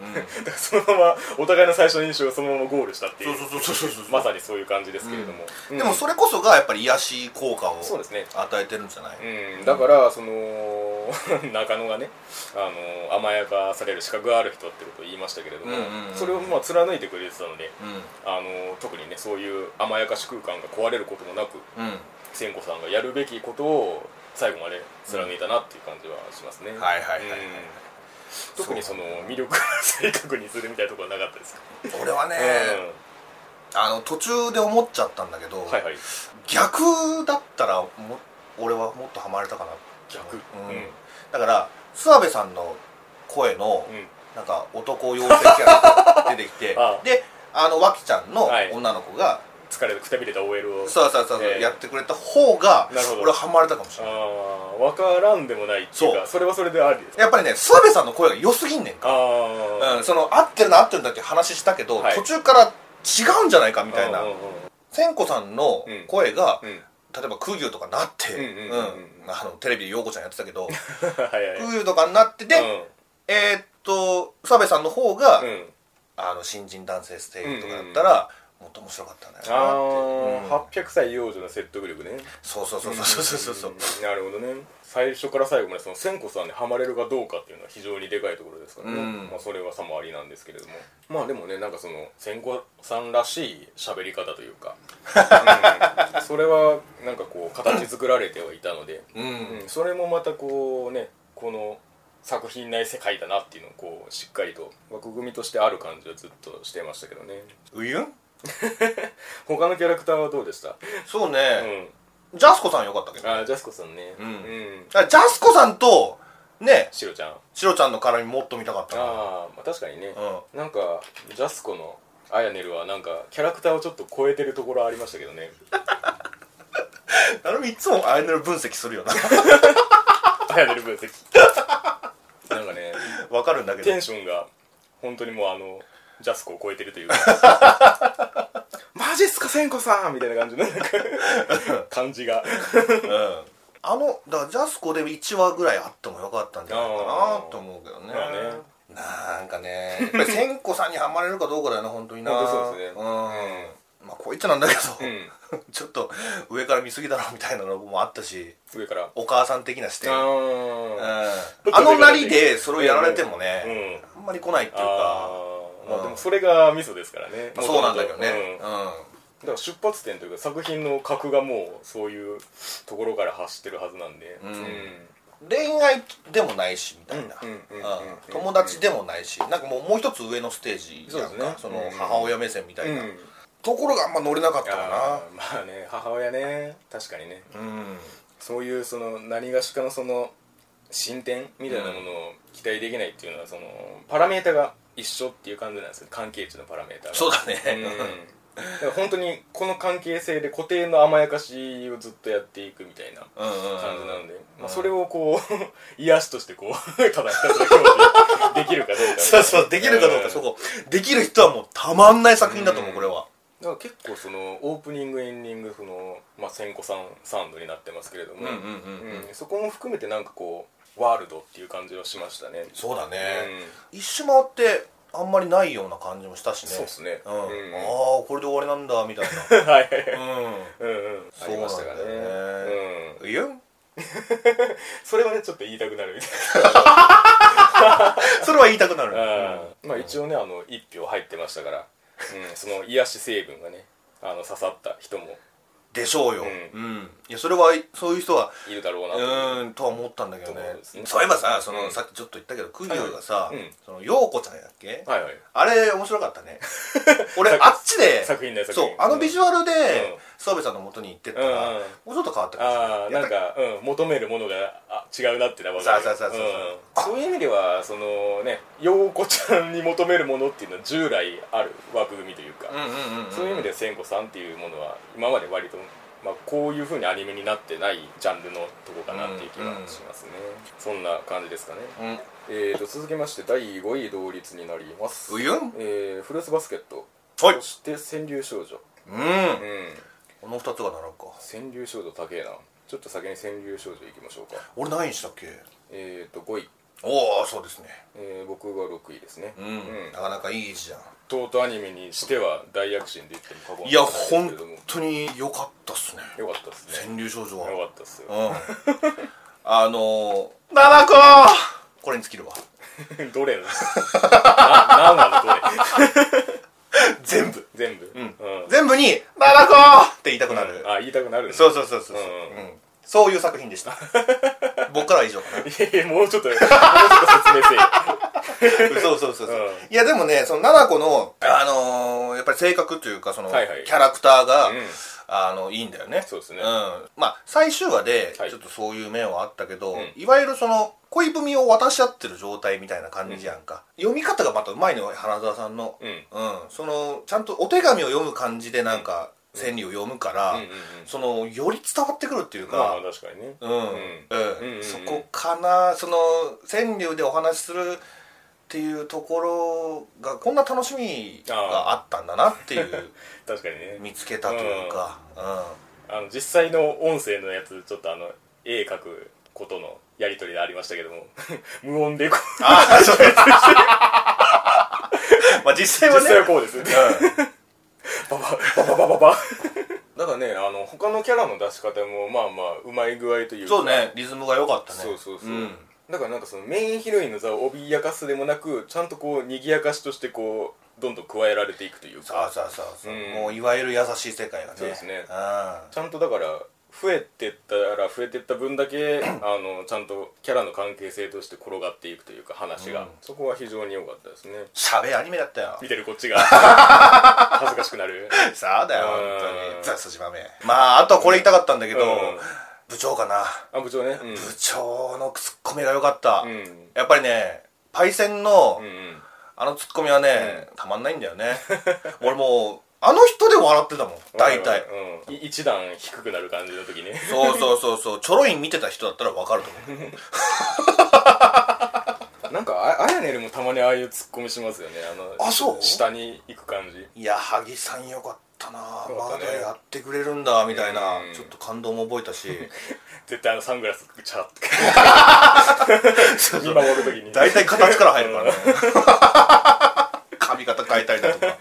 うん
だから そのままお互いの最初の印象がそのままゴールしたっていう
そうそうそうそうそう
まさにそういう感じですけれども、うん
でもそれこそがやっぱり癒し効果を
そうですね
与えてるんじゃない、
うん、だからその 中野がねあの甘やかされる資格がある人ってことを言いましたけれども、
うんうんうん
それをまあ貫いてくれてたので
うん
あの特にねそういう甘やかし空間が壊れることもなく
うん
千子さんがやるべきことを最後まで貫いたなっていう感じはしますね、
はいはいはいはい
うん特にその魅力を正確にするみたいなところはなかったですか、
俺はね、あの途中で思っちゃったんだけど、
うんはいはい
逆だったらも俺はもっとハマれたかな
逆
うん
うん
だから諏訪部さんの声の、
うん
なんか男妖精キャラが出てきて
ああ
であの脇ちゃんの
はい
女の子が、
疲れてくたびれた OL を
そうそうそうそう、
ええ
やってくれた方が
なるほど
俺はハマれたかもしれない
ああ分からんでもないっていう
そ
か
う
それはそれでありです
やっぱりね諏訪部さんの声が良すぎんねん
あ
か
あ、
うん、その合ってるな合ってるんだって話したけど、
はい
途中から違うんじゃないかみたいな
うんうんうん
千子さんの声が、
うん
例えば空牛とかなって、
うんうんうんうん
うんあのテレビで陽子ちゃんやってたけど
はいはい
空牛とかになってて、えーっと澤部さんの方が、
うんうん
あの新人男性ステージとかだったら、もっと面白かったんだよ
ああ
なって、うん
800歳幼女の説得力ね
そうそうそうそうそうそうそう、
んなるほどね最初から最後までその千子さんにはまれるかどうかっていうのは非常にでかいところですからね、
うん
まあ、それはさもありなんですけれどもまあでもねなんかその千子さんらしい喋り方という か、うんそれはなんかこう形作られてはいたので、
うん
うん、それもまたこうねこの作品内世界だなっていうのをこうしっかりと枠組みとしてある感じはずっとしてましたけどね
うゆん
他のキャラクターはどうでした
そう
う
ね、
ん
ジャスコさんよかったけどだか
あジャスコさんね
うん
うん、
らジャスコさんとね
シロちゃん
シロちゃんの絡みもっと見たかったな
ああまあ確かにね、
う
なんかジャスコのアヤネルはなんかキャラクターをちょっと超えてるところありましたけどね
あれいつもアイドル分析す るよな
アヤネル分 析なんかね
わかるんだけど
テンションが本当にもうあのジャスコを超えてるというかマジっすか千子さんみたいな感じのなんか感じが
うんあのだからジャスコで1話ぐらいあってもよかったんじゃないかなと思うけどね
まあね
なんかねやっぱり千子さんにはまれるかどうかだよね本当にな
本当そうですね
ん、まあこいつなんだけど、
うん
ちょっと上から見すぎだろみたいなのもあったし
上から
お母さん的な視点、うん、
あ
あのなりでそれをやられても
ーう
ね、
ん
あんまり来ないっていうか
あー
うん
まあでもそれがミソですからね
まあそうなんだけどね
うんだから出発点というか作品の格がもうそういうところから走ってるはずなんで
んうん恋愛でもないしみたいな、
うんうんうんうん
うん友達でもないしなんかもうもう一つ上のステージじゃん
そうです
か
ね
そ
うん
の母親目線みた
う
い
ん
な、ところがあんま乗れなかった
あ
か
ーまあね母親ね確かにね
なうん
そういうその何がしかのその進展みたいなものを期待できないっていうのはそのパラメータが一緒っていう感じなんですよ関係値のパラメータが
そうだね、
うんだから本当にこの関係性で固定の甘やかしをずっとやっていくみたいな
うんうんうん
感じなので、ま
うん
あ、それをこう 癒しとしてこう ただひたすら今日できるかどうかみたいな
そうそうできるかどうかそこできる人はもうたまんない作品だと思う
うん
これは
だから結構そのオープニングエンディングその、まあ、千子さんサウンドになってますけれども、
うんうんうんうん
うんそこも含めてなんかこうワールドっていう感じはしましたね
そうだね一周回ってあんまりないような感じもしたしね
そうっすね
う
うん
んああ
うん
これで終わりなんだみたい
はい
な
うんうんありましたかね
そ
う
うなんだよね
ん
うんいや
それはねちょっと言いたくなるみたい
それは言いたくなる
な、まあ一応ねあの一票入ってましたから、うん、その癒し成分がねあの刺さった人も
でしょうよ
う
うんいやそれはそういう人はい
るだろうなと
うんとは思ったんだけどね
と思うんですね
そういえばさそうの
ん
さっきちょっと言ったけどクギョがさ
うん
その陽子ちゃんやっけ
はいはい
あれ面白か ったね俺
作
あっちで
作品ね作
そ
品
うあのビジュアルで
うん
澤部さんの元に行ってった
うん
ら
うん
もうちょっと変わったかもしれ
ああ
な
ないんか、うん、求めるものがあ違うなってのは分かる
そうそうそうそう
うんそういう意味ではそのね陽子ちゃんに求めるものっていうのは従来ある枠組みというか、
うんうんうんうん
そういう意味で千子さんっていうものは今まで割と、まあ、こういうふうにアニメになってないジャンルのとこかなっていう気がしますね、そんな感じですかね、
うん
えー、と続きまして第5位同率になります
うゆん
えー、フルーツバスケット
はい
そして川柳少女
う
う
ん
ん
この2つが並ぶか
川柳少女高えなちょっと先に川柳少女いきましょうか
俺何位にしたっけ
えー、と5位、
おおそうですね
えー僕が6位ですね、
うんなかなかいい位置じゃん
とうとうアニメにしては大躍進で言っても過言
いや
ではない
本
ですけれども
当に良かったっすね
よかったですね
川柳少女
よか
は
ったっす
う
よ
んあのー七子これに尽きるわ
どれな何なの どれ
全部
全部うん、
全部に「七子!」って言いたくなる
あ言いたくなるね
そうそうそうそうそう
うんうん
うんそういう作品でした 僕からは以 上かな
いやいやもうちょっともうちょっと説明せえよ
そうそうそうそう、
うん
いやでもねその七子のあのーやっぱり性格というかその、
はいはい
キャラクターが、
うん
あのいいんだよね
そうですね
ん、まあ最終話でちょ
はい
っとそういう面はあったけど、
うん
い、わゆるその恋文を渡し合ってる状態みたいな感じやんか、読み方がまたうまいのよ花澤さんの
うん
うん、そのちゃんとお手紙を読む感じでなんか川柳を読むから、
うんうんうん
そのより伝わってくるっていうか、
まあ確かにね
うん
うんうん
そこかなその川柳でお話しするっていうところがこんな楽しみがあったんだなっていう
確かにね
見つけたというか、
あの実際の音声のやつちょっとあの絵描くことのやり取りでありましたけども 無音でこう
ああそうですまあ実際は
実
ね
際はこうですね
う
バババババババだからねあの他のキャラの出し方もまあまあうまい具合というんか
そうねリズムが良かったね
そうそうそう、
ん
だからなんかそのメインヒロインの座を脅かすでもなくちゃんとこう賑やかしとしてこうどんどん加えられていくという
さあ
か
さあさあさあ
うん
もういわゆる優しい世界がね
そうですね
あ
ちゃんとだから増えてったら増えてった分だ けあのちゃんとキャラの関係性として転がっていくというか話が、そこは非常に良かったですね
しゃべアニメだ ったよ
見てるこっちが 恥ずかしくなる
さあだよ本当
うん
に雑誌豆まああとはこれ言いたかったんだけど、
うん
部長かな
あ部長ねうん
部長のツッコミが良かった、
うん
やっぱりねパイセンの、
うんうん
あのツッコミはね、たまんないんだよね 俺もうあの人で笑ってたもん大体、
うん、い一段低くなる感じの時ね
そうそうそう そうちょろい見てた人だったらわかると思う
なんかああやねるもたまにああいうツッコミしますよねあの
あそう
下に行く感じ
いや萩さんよかったな
よか
ま
ったね
だやってくれるんだみたいな
うん
ちょっと感動も覚えたし
絶対あのサングラスチャーって 見守る時に
大体形から入るからね 髪型変えたりだとか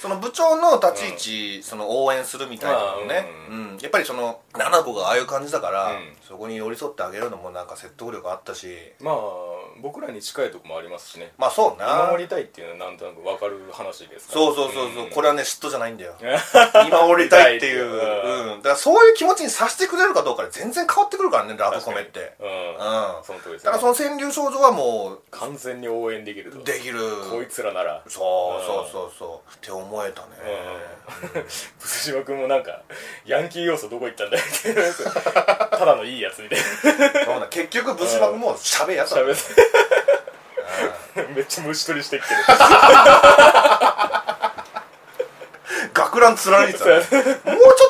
その部長の立ち位置、その応援するみたいなのね、
あーう
うんやっぱりその七子がああいう感じだから、
うん
そこに寄り添ってあげるのもなんか説得力あったし
まあ僕らに近いとこもありますしね
まあそうな
守りたいっていうのはなんとなく分かる話ですから
そうそうそうそう、
ん
これはね嫉妬じゃないん だよ見守りたいっていう、
見たいっていう
うん、だからそういう気持ちにさせてくれるかどうかで全然変わってくるからねラブコメって
うん
うん
その通りです
だ
ね
からその川柳少女はも
完全に応援できると
うできる
こいつらなら
そうそうそうそうって思えたね、
ブス島君もなんかヤンキー要素どこ行ったんだよみたい なただのいいやつみたい
そうだ結局ブスバグも喋りやった
な
の
喋
ね
ってめっちゃ虫取りしてきてる
学ラン貫いてたねもうちょ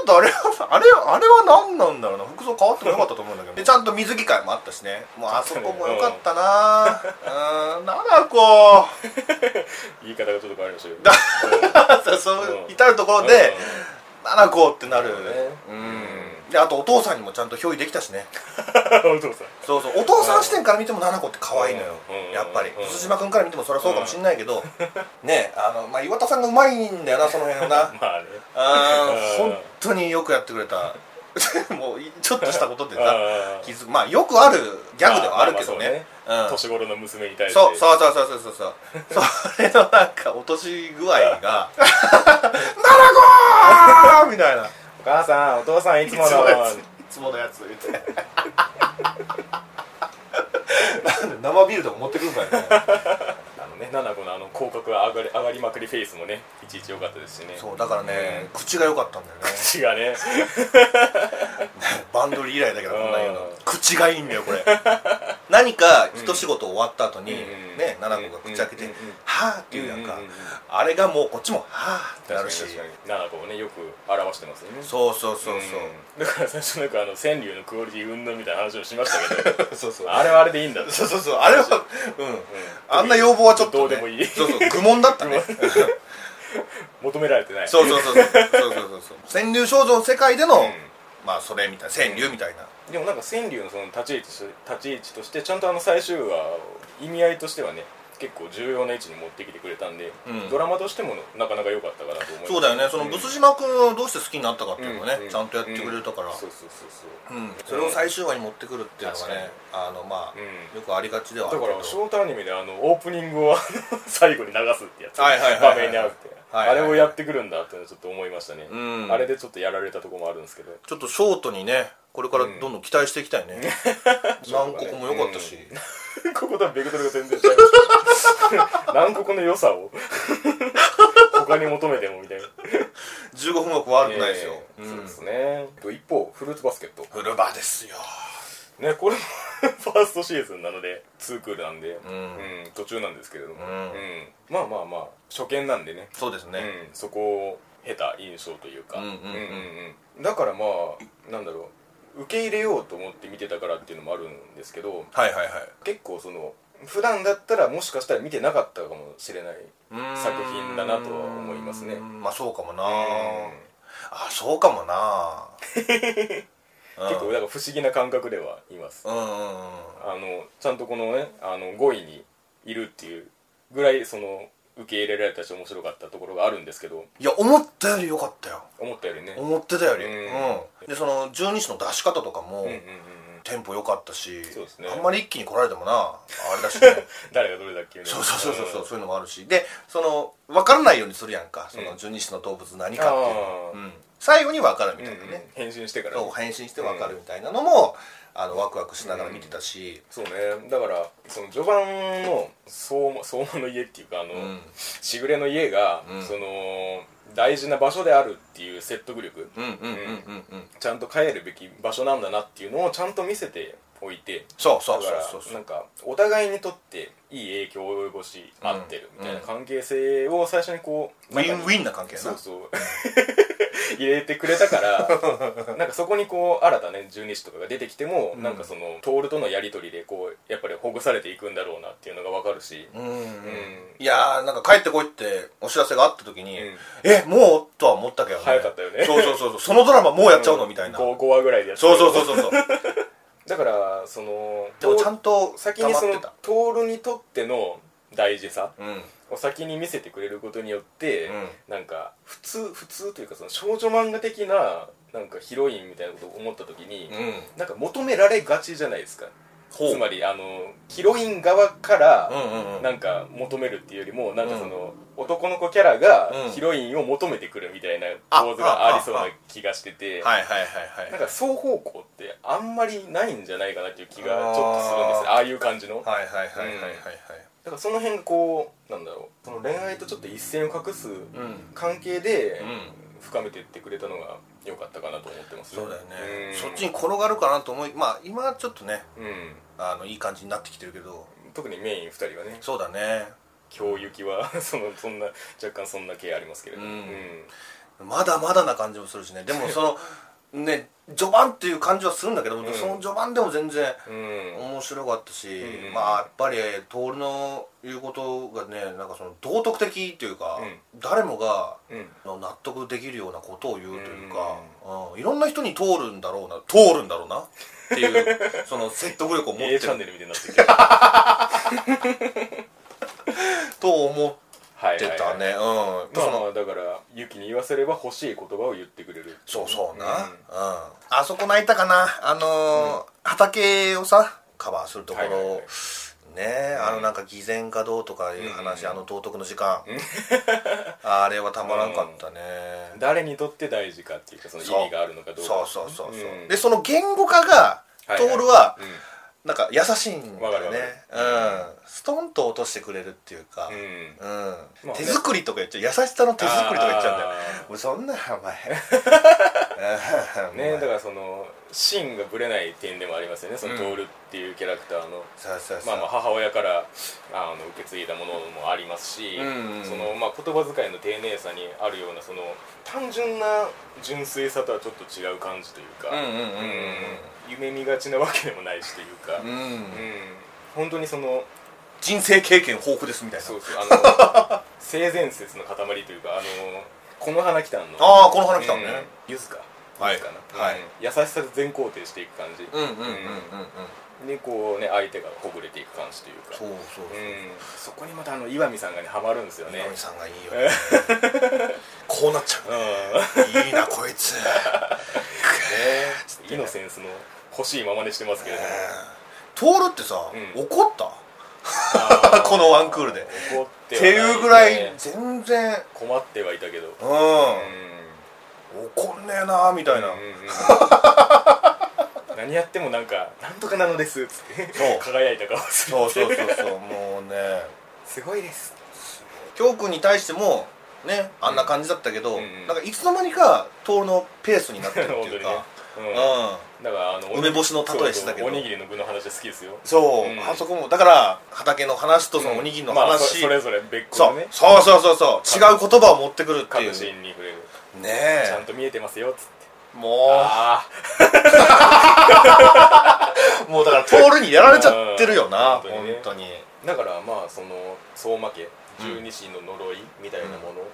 っとあれはあれあれは何なんだろうな服装変わってもよかったと思うんだけどでちゃんと水着会もあったしねもうあそこもよかったなうん七子
言い方がちょっと変わりましたけど
そう
うん
至る所
うん
で七子ってなる
そうね
うんであとお父さんにもちゃんと憑依できたしね
お父さん
そうそうお父さん視点から見ても七子って可愛いのよ
うん
やっぱり
うん
水島君から見てもそりゃそうかもしんないけどねあのまあ岩田さんがうまいんだよなその辺はな
まあね
あー
うん
本当によくやってくれた もうちょっとしたことでさ
あー
気づくまあよくあるギャグではあるけどね
まあまあ
うん
そうね年頃の娘に対して
そうそうそうそうそうそうそう それのなんか落とし具合が「ならこー!」みたいな
お母さんお父さんい
い
つもの
つものやつみたいななんで生ビールとか持ってくるからね
あのねナナコのあの口角が上がり上がりまくりフェイスもねいちいち良かったですしね
そうだからね口が良かったんだよ ね
口がね
バンドリー以来だけどこんなん言う
うん
の口がいいんだよこれ 何か一仕事終わった後に、
うん
ね奈々子が口開けて
うん
「はあ」って言うやんか、
うんうんうん
あれがもうこっちも「はあ」ってな
確か
る
に確
し
かにナナコをねよく表してますよね
そうそうそうそう、
うんだから最初なんかあの川柳のクオリティ云々みたいな話をしましたけど
そうそう
あれはあれでいいんだって
そうそうそうあれはうん、あんな要望はちょっと、
どう
ね、
でもいい
そうそう愚問だったね
求められてない
そうそうそうそうそうそうそうそう川柳少女の世界での、
うん
まあそれみたいな川柳みたいな、
でもなんか川柳のその立ち位置し立ち位置としてちゃんとあの最終話を意味合いとしてはね結構重要な位置に持ってきてくれたんで、
うん
ドラマとしてもなかなか良かったかなと思います
そうだよねその
ん
ブス島君をどうして好きになったかっていうのをね、
うう
ちゃんとやってくれたから、
うんそうそうそうそう
うん、それを最終話に持ってくるっていうのがねあのまあ、
うん
よくありがちではあ
だ
る
か
けど
らショートアニメであのオープニングをあ の最後に流すってやつ
はいはいはいは
場
い
面に合うって、
はいはいはい
あれをやってくるんだっていうのはちょっと思いましたね、
うん
あれでちょっとやられたとこもあるんですけど
ちょっとショートにねこれからどんどん期待していきたいね、 何個も良かったし、
こことはベクトルが全 然違います南国の良さを 他に求めてもみたいな
15分枠は悪くないですよ、
え
う
ー
ん
そうですね一方フルーツバスケット
フルバですよ
ねこれも ファーストシーズンなのでツークールなんで、
うん
うん途中なんですけれども、
うん
まあまあまあ初見なんでね
そうですね、
うん、そこを経た印象というか、
うんうんうん
うんだからまあなんだろう受け入れようと思って見てたからっていうのもあるんですけど
はいはいはい
結構その普段だったらもしかしたら見てなかったかもしれない、
うーん
作品だなとは思いますね
まあそうかもな
うん
あそうかも な
結構なんか不思議な感覚ではいます、
うんうんうん
あのちゃんとこのねあの5位にいるっていうぐらいその受け入れられたし面白かったところがあるんですけど
いや思ったより良かったよ
思ったよりね
思ってたより、
う
うんんでその12時の出し方とか
う
も、
んうんうんうん
テンポ良かったし、
そうですね
あんまり一気に来られてもなあれ だしね
誰がどれだっけみたい
そ
な
うそうそうそうそうそういうのもあるしでその分からないようにするやんかその十二支の動物何かっていうの、
あ
う
ー
ん、最後に分かる
う
み
ん
たいな
うん
ね、
変身してからね
そう変身して分かるみたいなのも、あのワクワクしながら見てたし、
そうねだからその序盤の相馬相馬の家っていうかあの、
ん
しぐれの家が、
うん
その大事な場所であるっていう説得力
うんうんうんうんうん
ちゃんと帰るべき場所なんだなっていうのをちゃんと見せておいて
そう
だ
そう
か
そう
ら
そうそ
な
うん
かお互いにとっていい影響を及ぼし合ってるみたいな関係性を最初にこう
ウィンウ
ン
ィンな関係や
そ
な
うそう 入れてくれた からなんかそこにこう新たね十二支とかが出てきても、
うん
なんかそのトールとのやり取りでこうやっぱりほぐされていくんだろうなっていうのがわかるし、
うんうん
ん
いやーなんか帰ってこいってお知らせがあった時に、
うん
えもうとは思ったけどね
早かったよね
そうそうそうそうそのドラマもうやっちゃうのみたいな、
5, 話ぐらいでやって
そうそうそ うそうそう
だからその
でもちゃんと
先にそ
黙っ
の
てた
トールにとっての大事さ
うん
を先に見せてくれることによって、
うん
なんか普通普通というかその少女漫画的ななんかヒロインみたいなことを思った時に、
うん
なんか求められがちじゃないですか
ほ
つ
う
まりあのヒロイン側から、
うんうんうん
なんか求めるっていうよりもなんかその、男の子キャラが
うん
ヒロインを求めてくるみたいな
あ
構図がありそうな気がしてて、
はいはいはい
なん
はい
か双方向ってあんまりないんじゃないかなっていう気がちょっとするんです
あー
ああいう感じのだか
はいはいはいはいはい
らその辺がこうなんだろうその恋愛とちょっと一線を画す
はいうん
関係で
う
深めてってくれたのが良かったかなと思ってます
そうだよね
うん
そっちに転がるかなと思いまあ今はちょっとね
うん
あのいい感じになってきてるけど
特にメイン2人はね
そうだね
今日行きは そのそんな若干そんな系ありますけれども
うん
うん
まだまだな感じもするしね でもそのね序盤っていう感じはするんだけど、
ん
その序盤でも全然
うん
面白かったし、
うん
まあやっぱり徹の言うことがねなんかその道徳的っていうか、
う
誰もが
うん
納得できるようなことを言うというか、うんいろんな人に通るんだろうな通るんだろうなっていう その説得力を持って
A
る
チャンネルみたいになってき た
と思っ
はい
て
はい
た
はい
ね、うん、
ま
そ
あま
の
あだからユキに言わせれば欲しい言葉を言ってくれる
そうそうな、うん
ん
あそこ泣いたかなあのー畑をさカバーするところ、
はいはいはい
ねあのなんか偽善かどうとかいう話、
うん
あの道徳の時間、 あれはたまらんかったね、
誰にとって大事かっていうかその意味があるのかどうか
そうそうそうそう、
うん
でその言語化が
はい
徹
はい
は
うん
なんか優しいんだ
わかる
よ
わ
ね
かる
うんストンと落としてくれるっていうか、
うん
うん
まあね
手作りとか言っちゃう優しさの手作りとか言っちゃうんだよ
あー
もうそんなんお 前うん
ね
お
だ
前
からその芯がぶれない点でもありますよねそのトールっていうキャラクターの、
そうそうそう
まあ、まあ母親からあの受け継いだものもありますし、
うんうん
そのまあ、言葉遣いの丁寧さにあるようなその単純な純粋さとはちょっと違う感じというか、
うんうんうんうんうん
夢見がちなわけでもないしというか、うん
うん
本当にその
人生経験豊富ですみたいな
そうそうあの 性善説の塊というかあのこの花来たんの
ああこの花来たのね
うんゆずか
はい
ゆずかな、
はい
うん優しさで全肯定していく感じ、
うんうんうんうんうん
でこうね相手がほぐれていく感じというか
そうそう
う
そ
ん、そこにまたあの岩見さんがねハマるんですよ
う
ね
南、さんがいいよねこうなっちゃ
うん、
ういいなこいつ
イノセンスの欲しいままにしてますけれども
徹ってさ
うん
怒った
あー
このワンクールで
怒って
っ
は
て
な
いうぐらい
ね
全然
困ってはいたけど
う
うん
ん怒んねえなみたいな
うんうんうん何やってもなんか「なんとかなのです」っつって
そう
輝いた顔する
そうそうそうそうもうね
すごいです
京君に対してもねあんな感じだったけど
うんうん
なんかいつの間にか徹のペースになってるって
本当
い
に
う
ね
か、
うん、
うん
だからあの
梅干しの例えしてたけ
そうそ
ど
うおにぎりの具の話好きですよ
そう、
うん
あそこもだから畑の話とそのおにぎりの話、
まあ、そ
そ
それぞれ別個
う
でね
そうそうそうそう違う言葉を持ってくるってい
各
う
シ
ね
ーンに触れるちゃん
え
と見えてますよっつって
も
あ
うもうだから通るにやられちゃってるよな
うん
本当に,、
あだからまあその相馬家十二神の呪いみたいなも
うん
の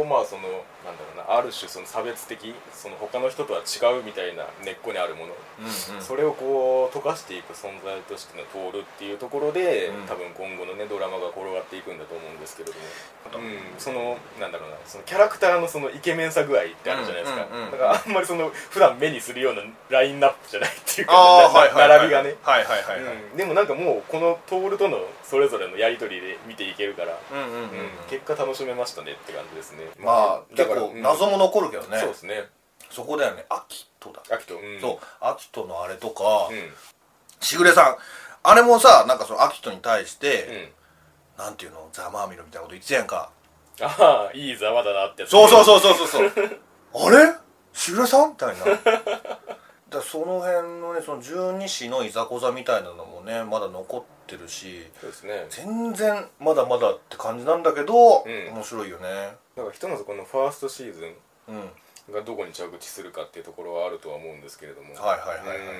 と、まあそのなんだろうなある種その差別的その他の人とは違うみたいな根っこにあるもの、
うんうん
それをこう溶かしていく存在としての通るっていうところで、
うん
多分今後のねドラマが転がっていくんだと思うんですけれども、うん、そのなんだろうなそのキャラクターのそのイケメンさ具合ってあるじゃないですか、
うんうんうん
だからあんまりその普段目にするようなラインナップじゃないっていうか
ああ
な
はいはいはい
並びがね
はいはいはいはい
うん、でもなんかもうこのトールとのそれぞれのやり取りで見ていけるから、
うんうんうん
うん結果楽しめましたねって感じですね
まあ
だ
結
から
構
うん
謎も残るけどね、
そうですね
そこだよね秋とだ、
秋と、うん、
そう秋とのあれとか、
うん、うん
しぐれさんあれもさなんかその秋とに対して、なんていうのざまあみろみたいなこと言ってたやんか
ああいいざわだなってやつ
そうそうそうそうそうそう あれしぐれさんみたいな だからその辺のねその十二支のいざこざみたいなのもねまだ残ってるし
そうですね
全然まだまだって感じなんだけど、
うん
面白いよね
なんかひとまずこのファーストシーズン
うんはい
がどこに着地するかっていうところはあるとは思うんですけれども
はいはいはいはいはい、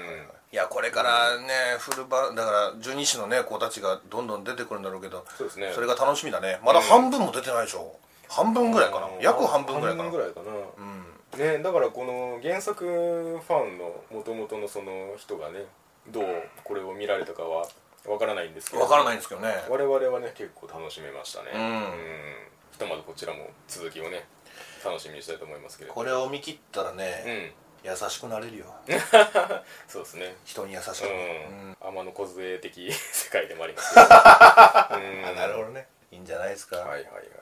いやこれからねフルバだから十二支のね子たちがどんどん出てくるんだろうけど
そうですね
それが楽しみだねまだ半分も出てないでしょ、半分ぐらいかな約半分ぐらいかな
半分ぐらいかな
うん
ね、だからこの原作ファンのもともとのその人がねどうこれを見られたかはわからないんですけど
わからないんですけどね
我々はね結構楽しめましたね
うん
ひとまずこちらも続きをね楽しみにしたいと思いますけれど
これを見切ったらね、
うん
優しくなれるよ
そうですね
人に優し
う
くなる、
ん、
うん
天の小 杖的世界でもありますけどうん
あなるほどねいいんじゃないですか、
はいはいはい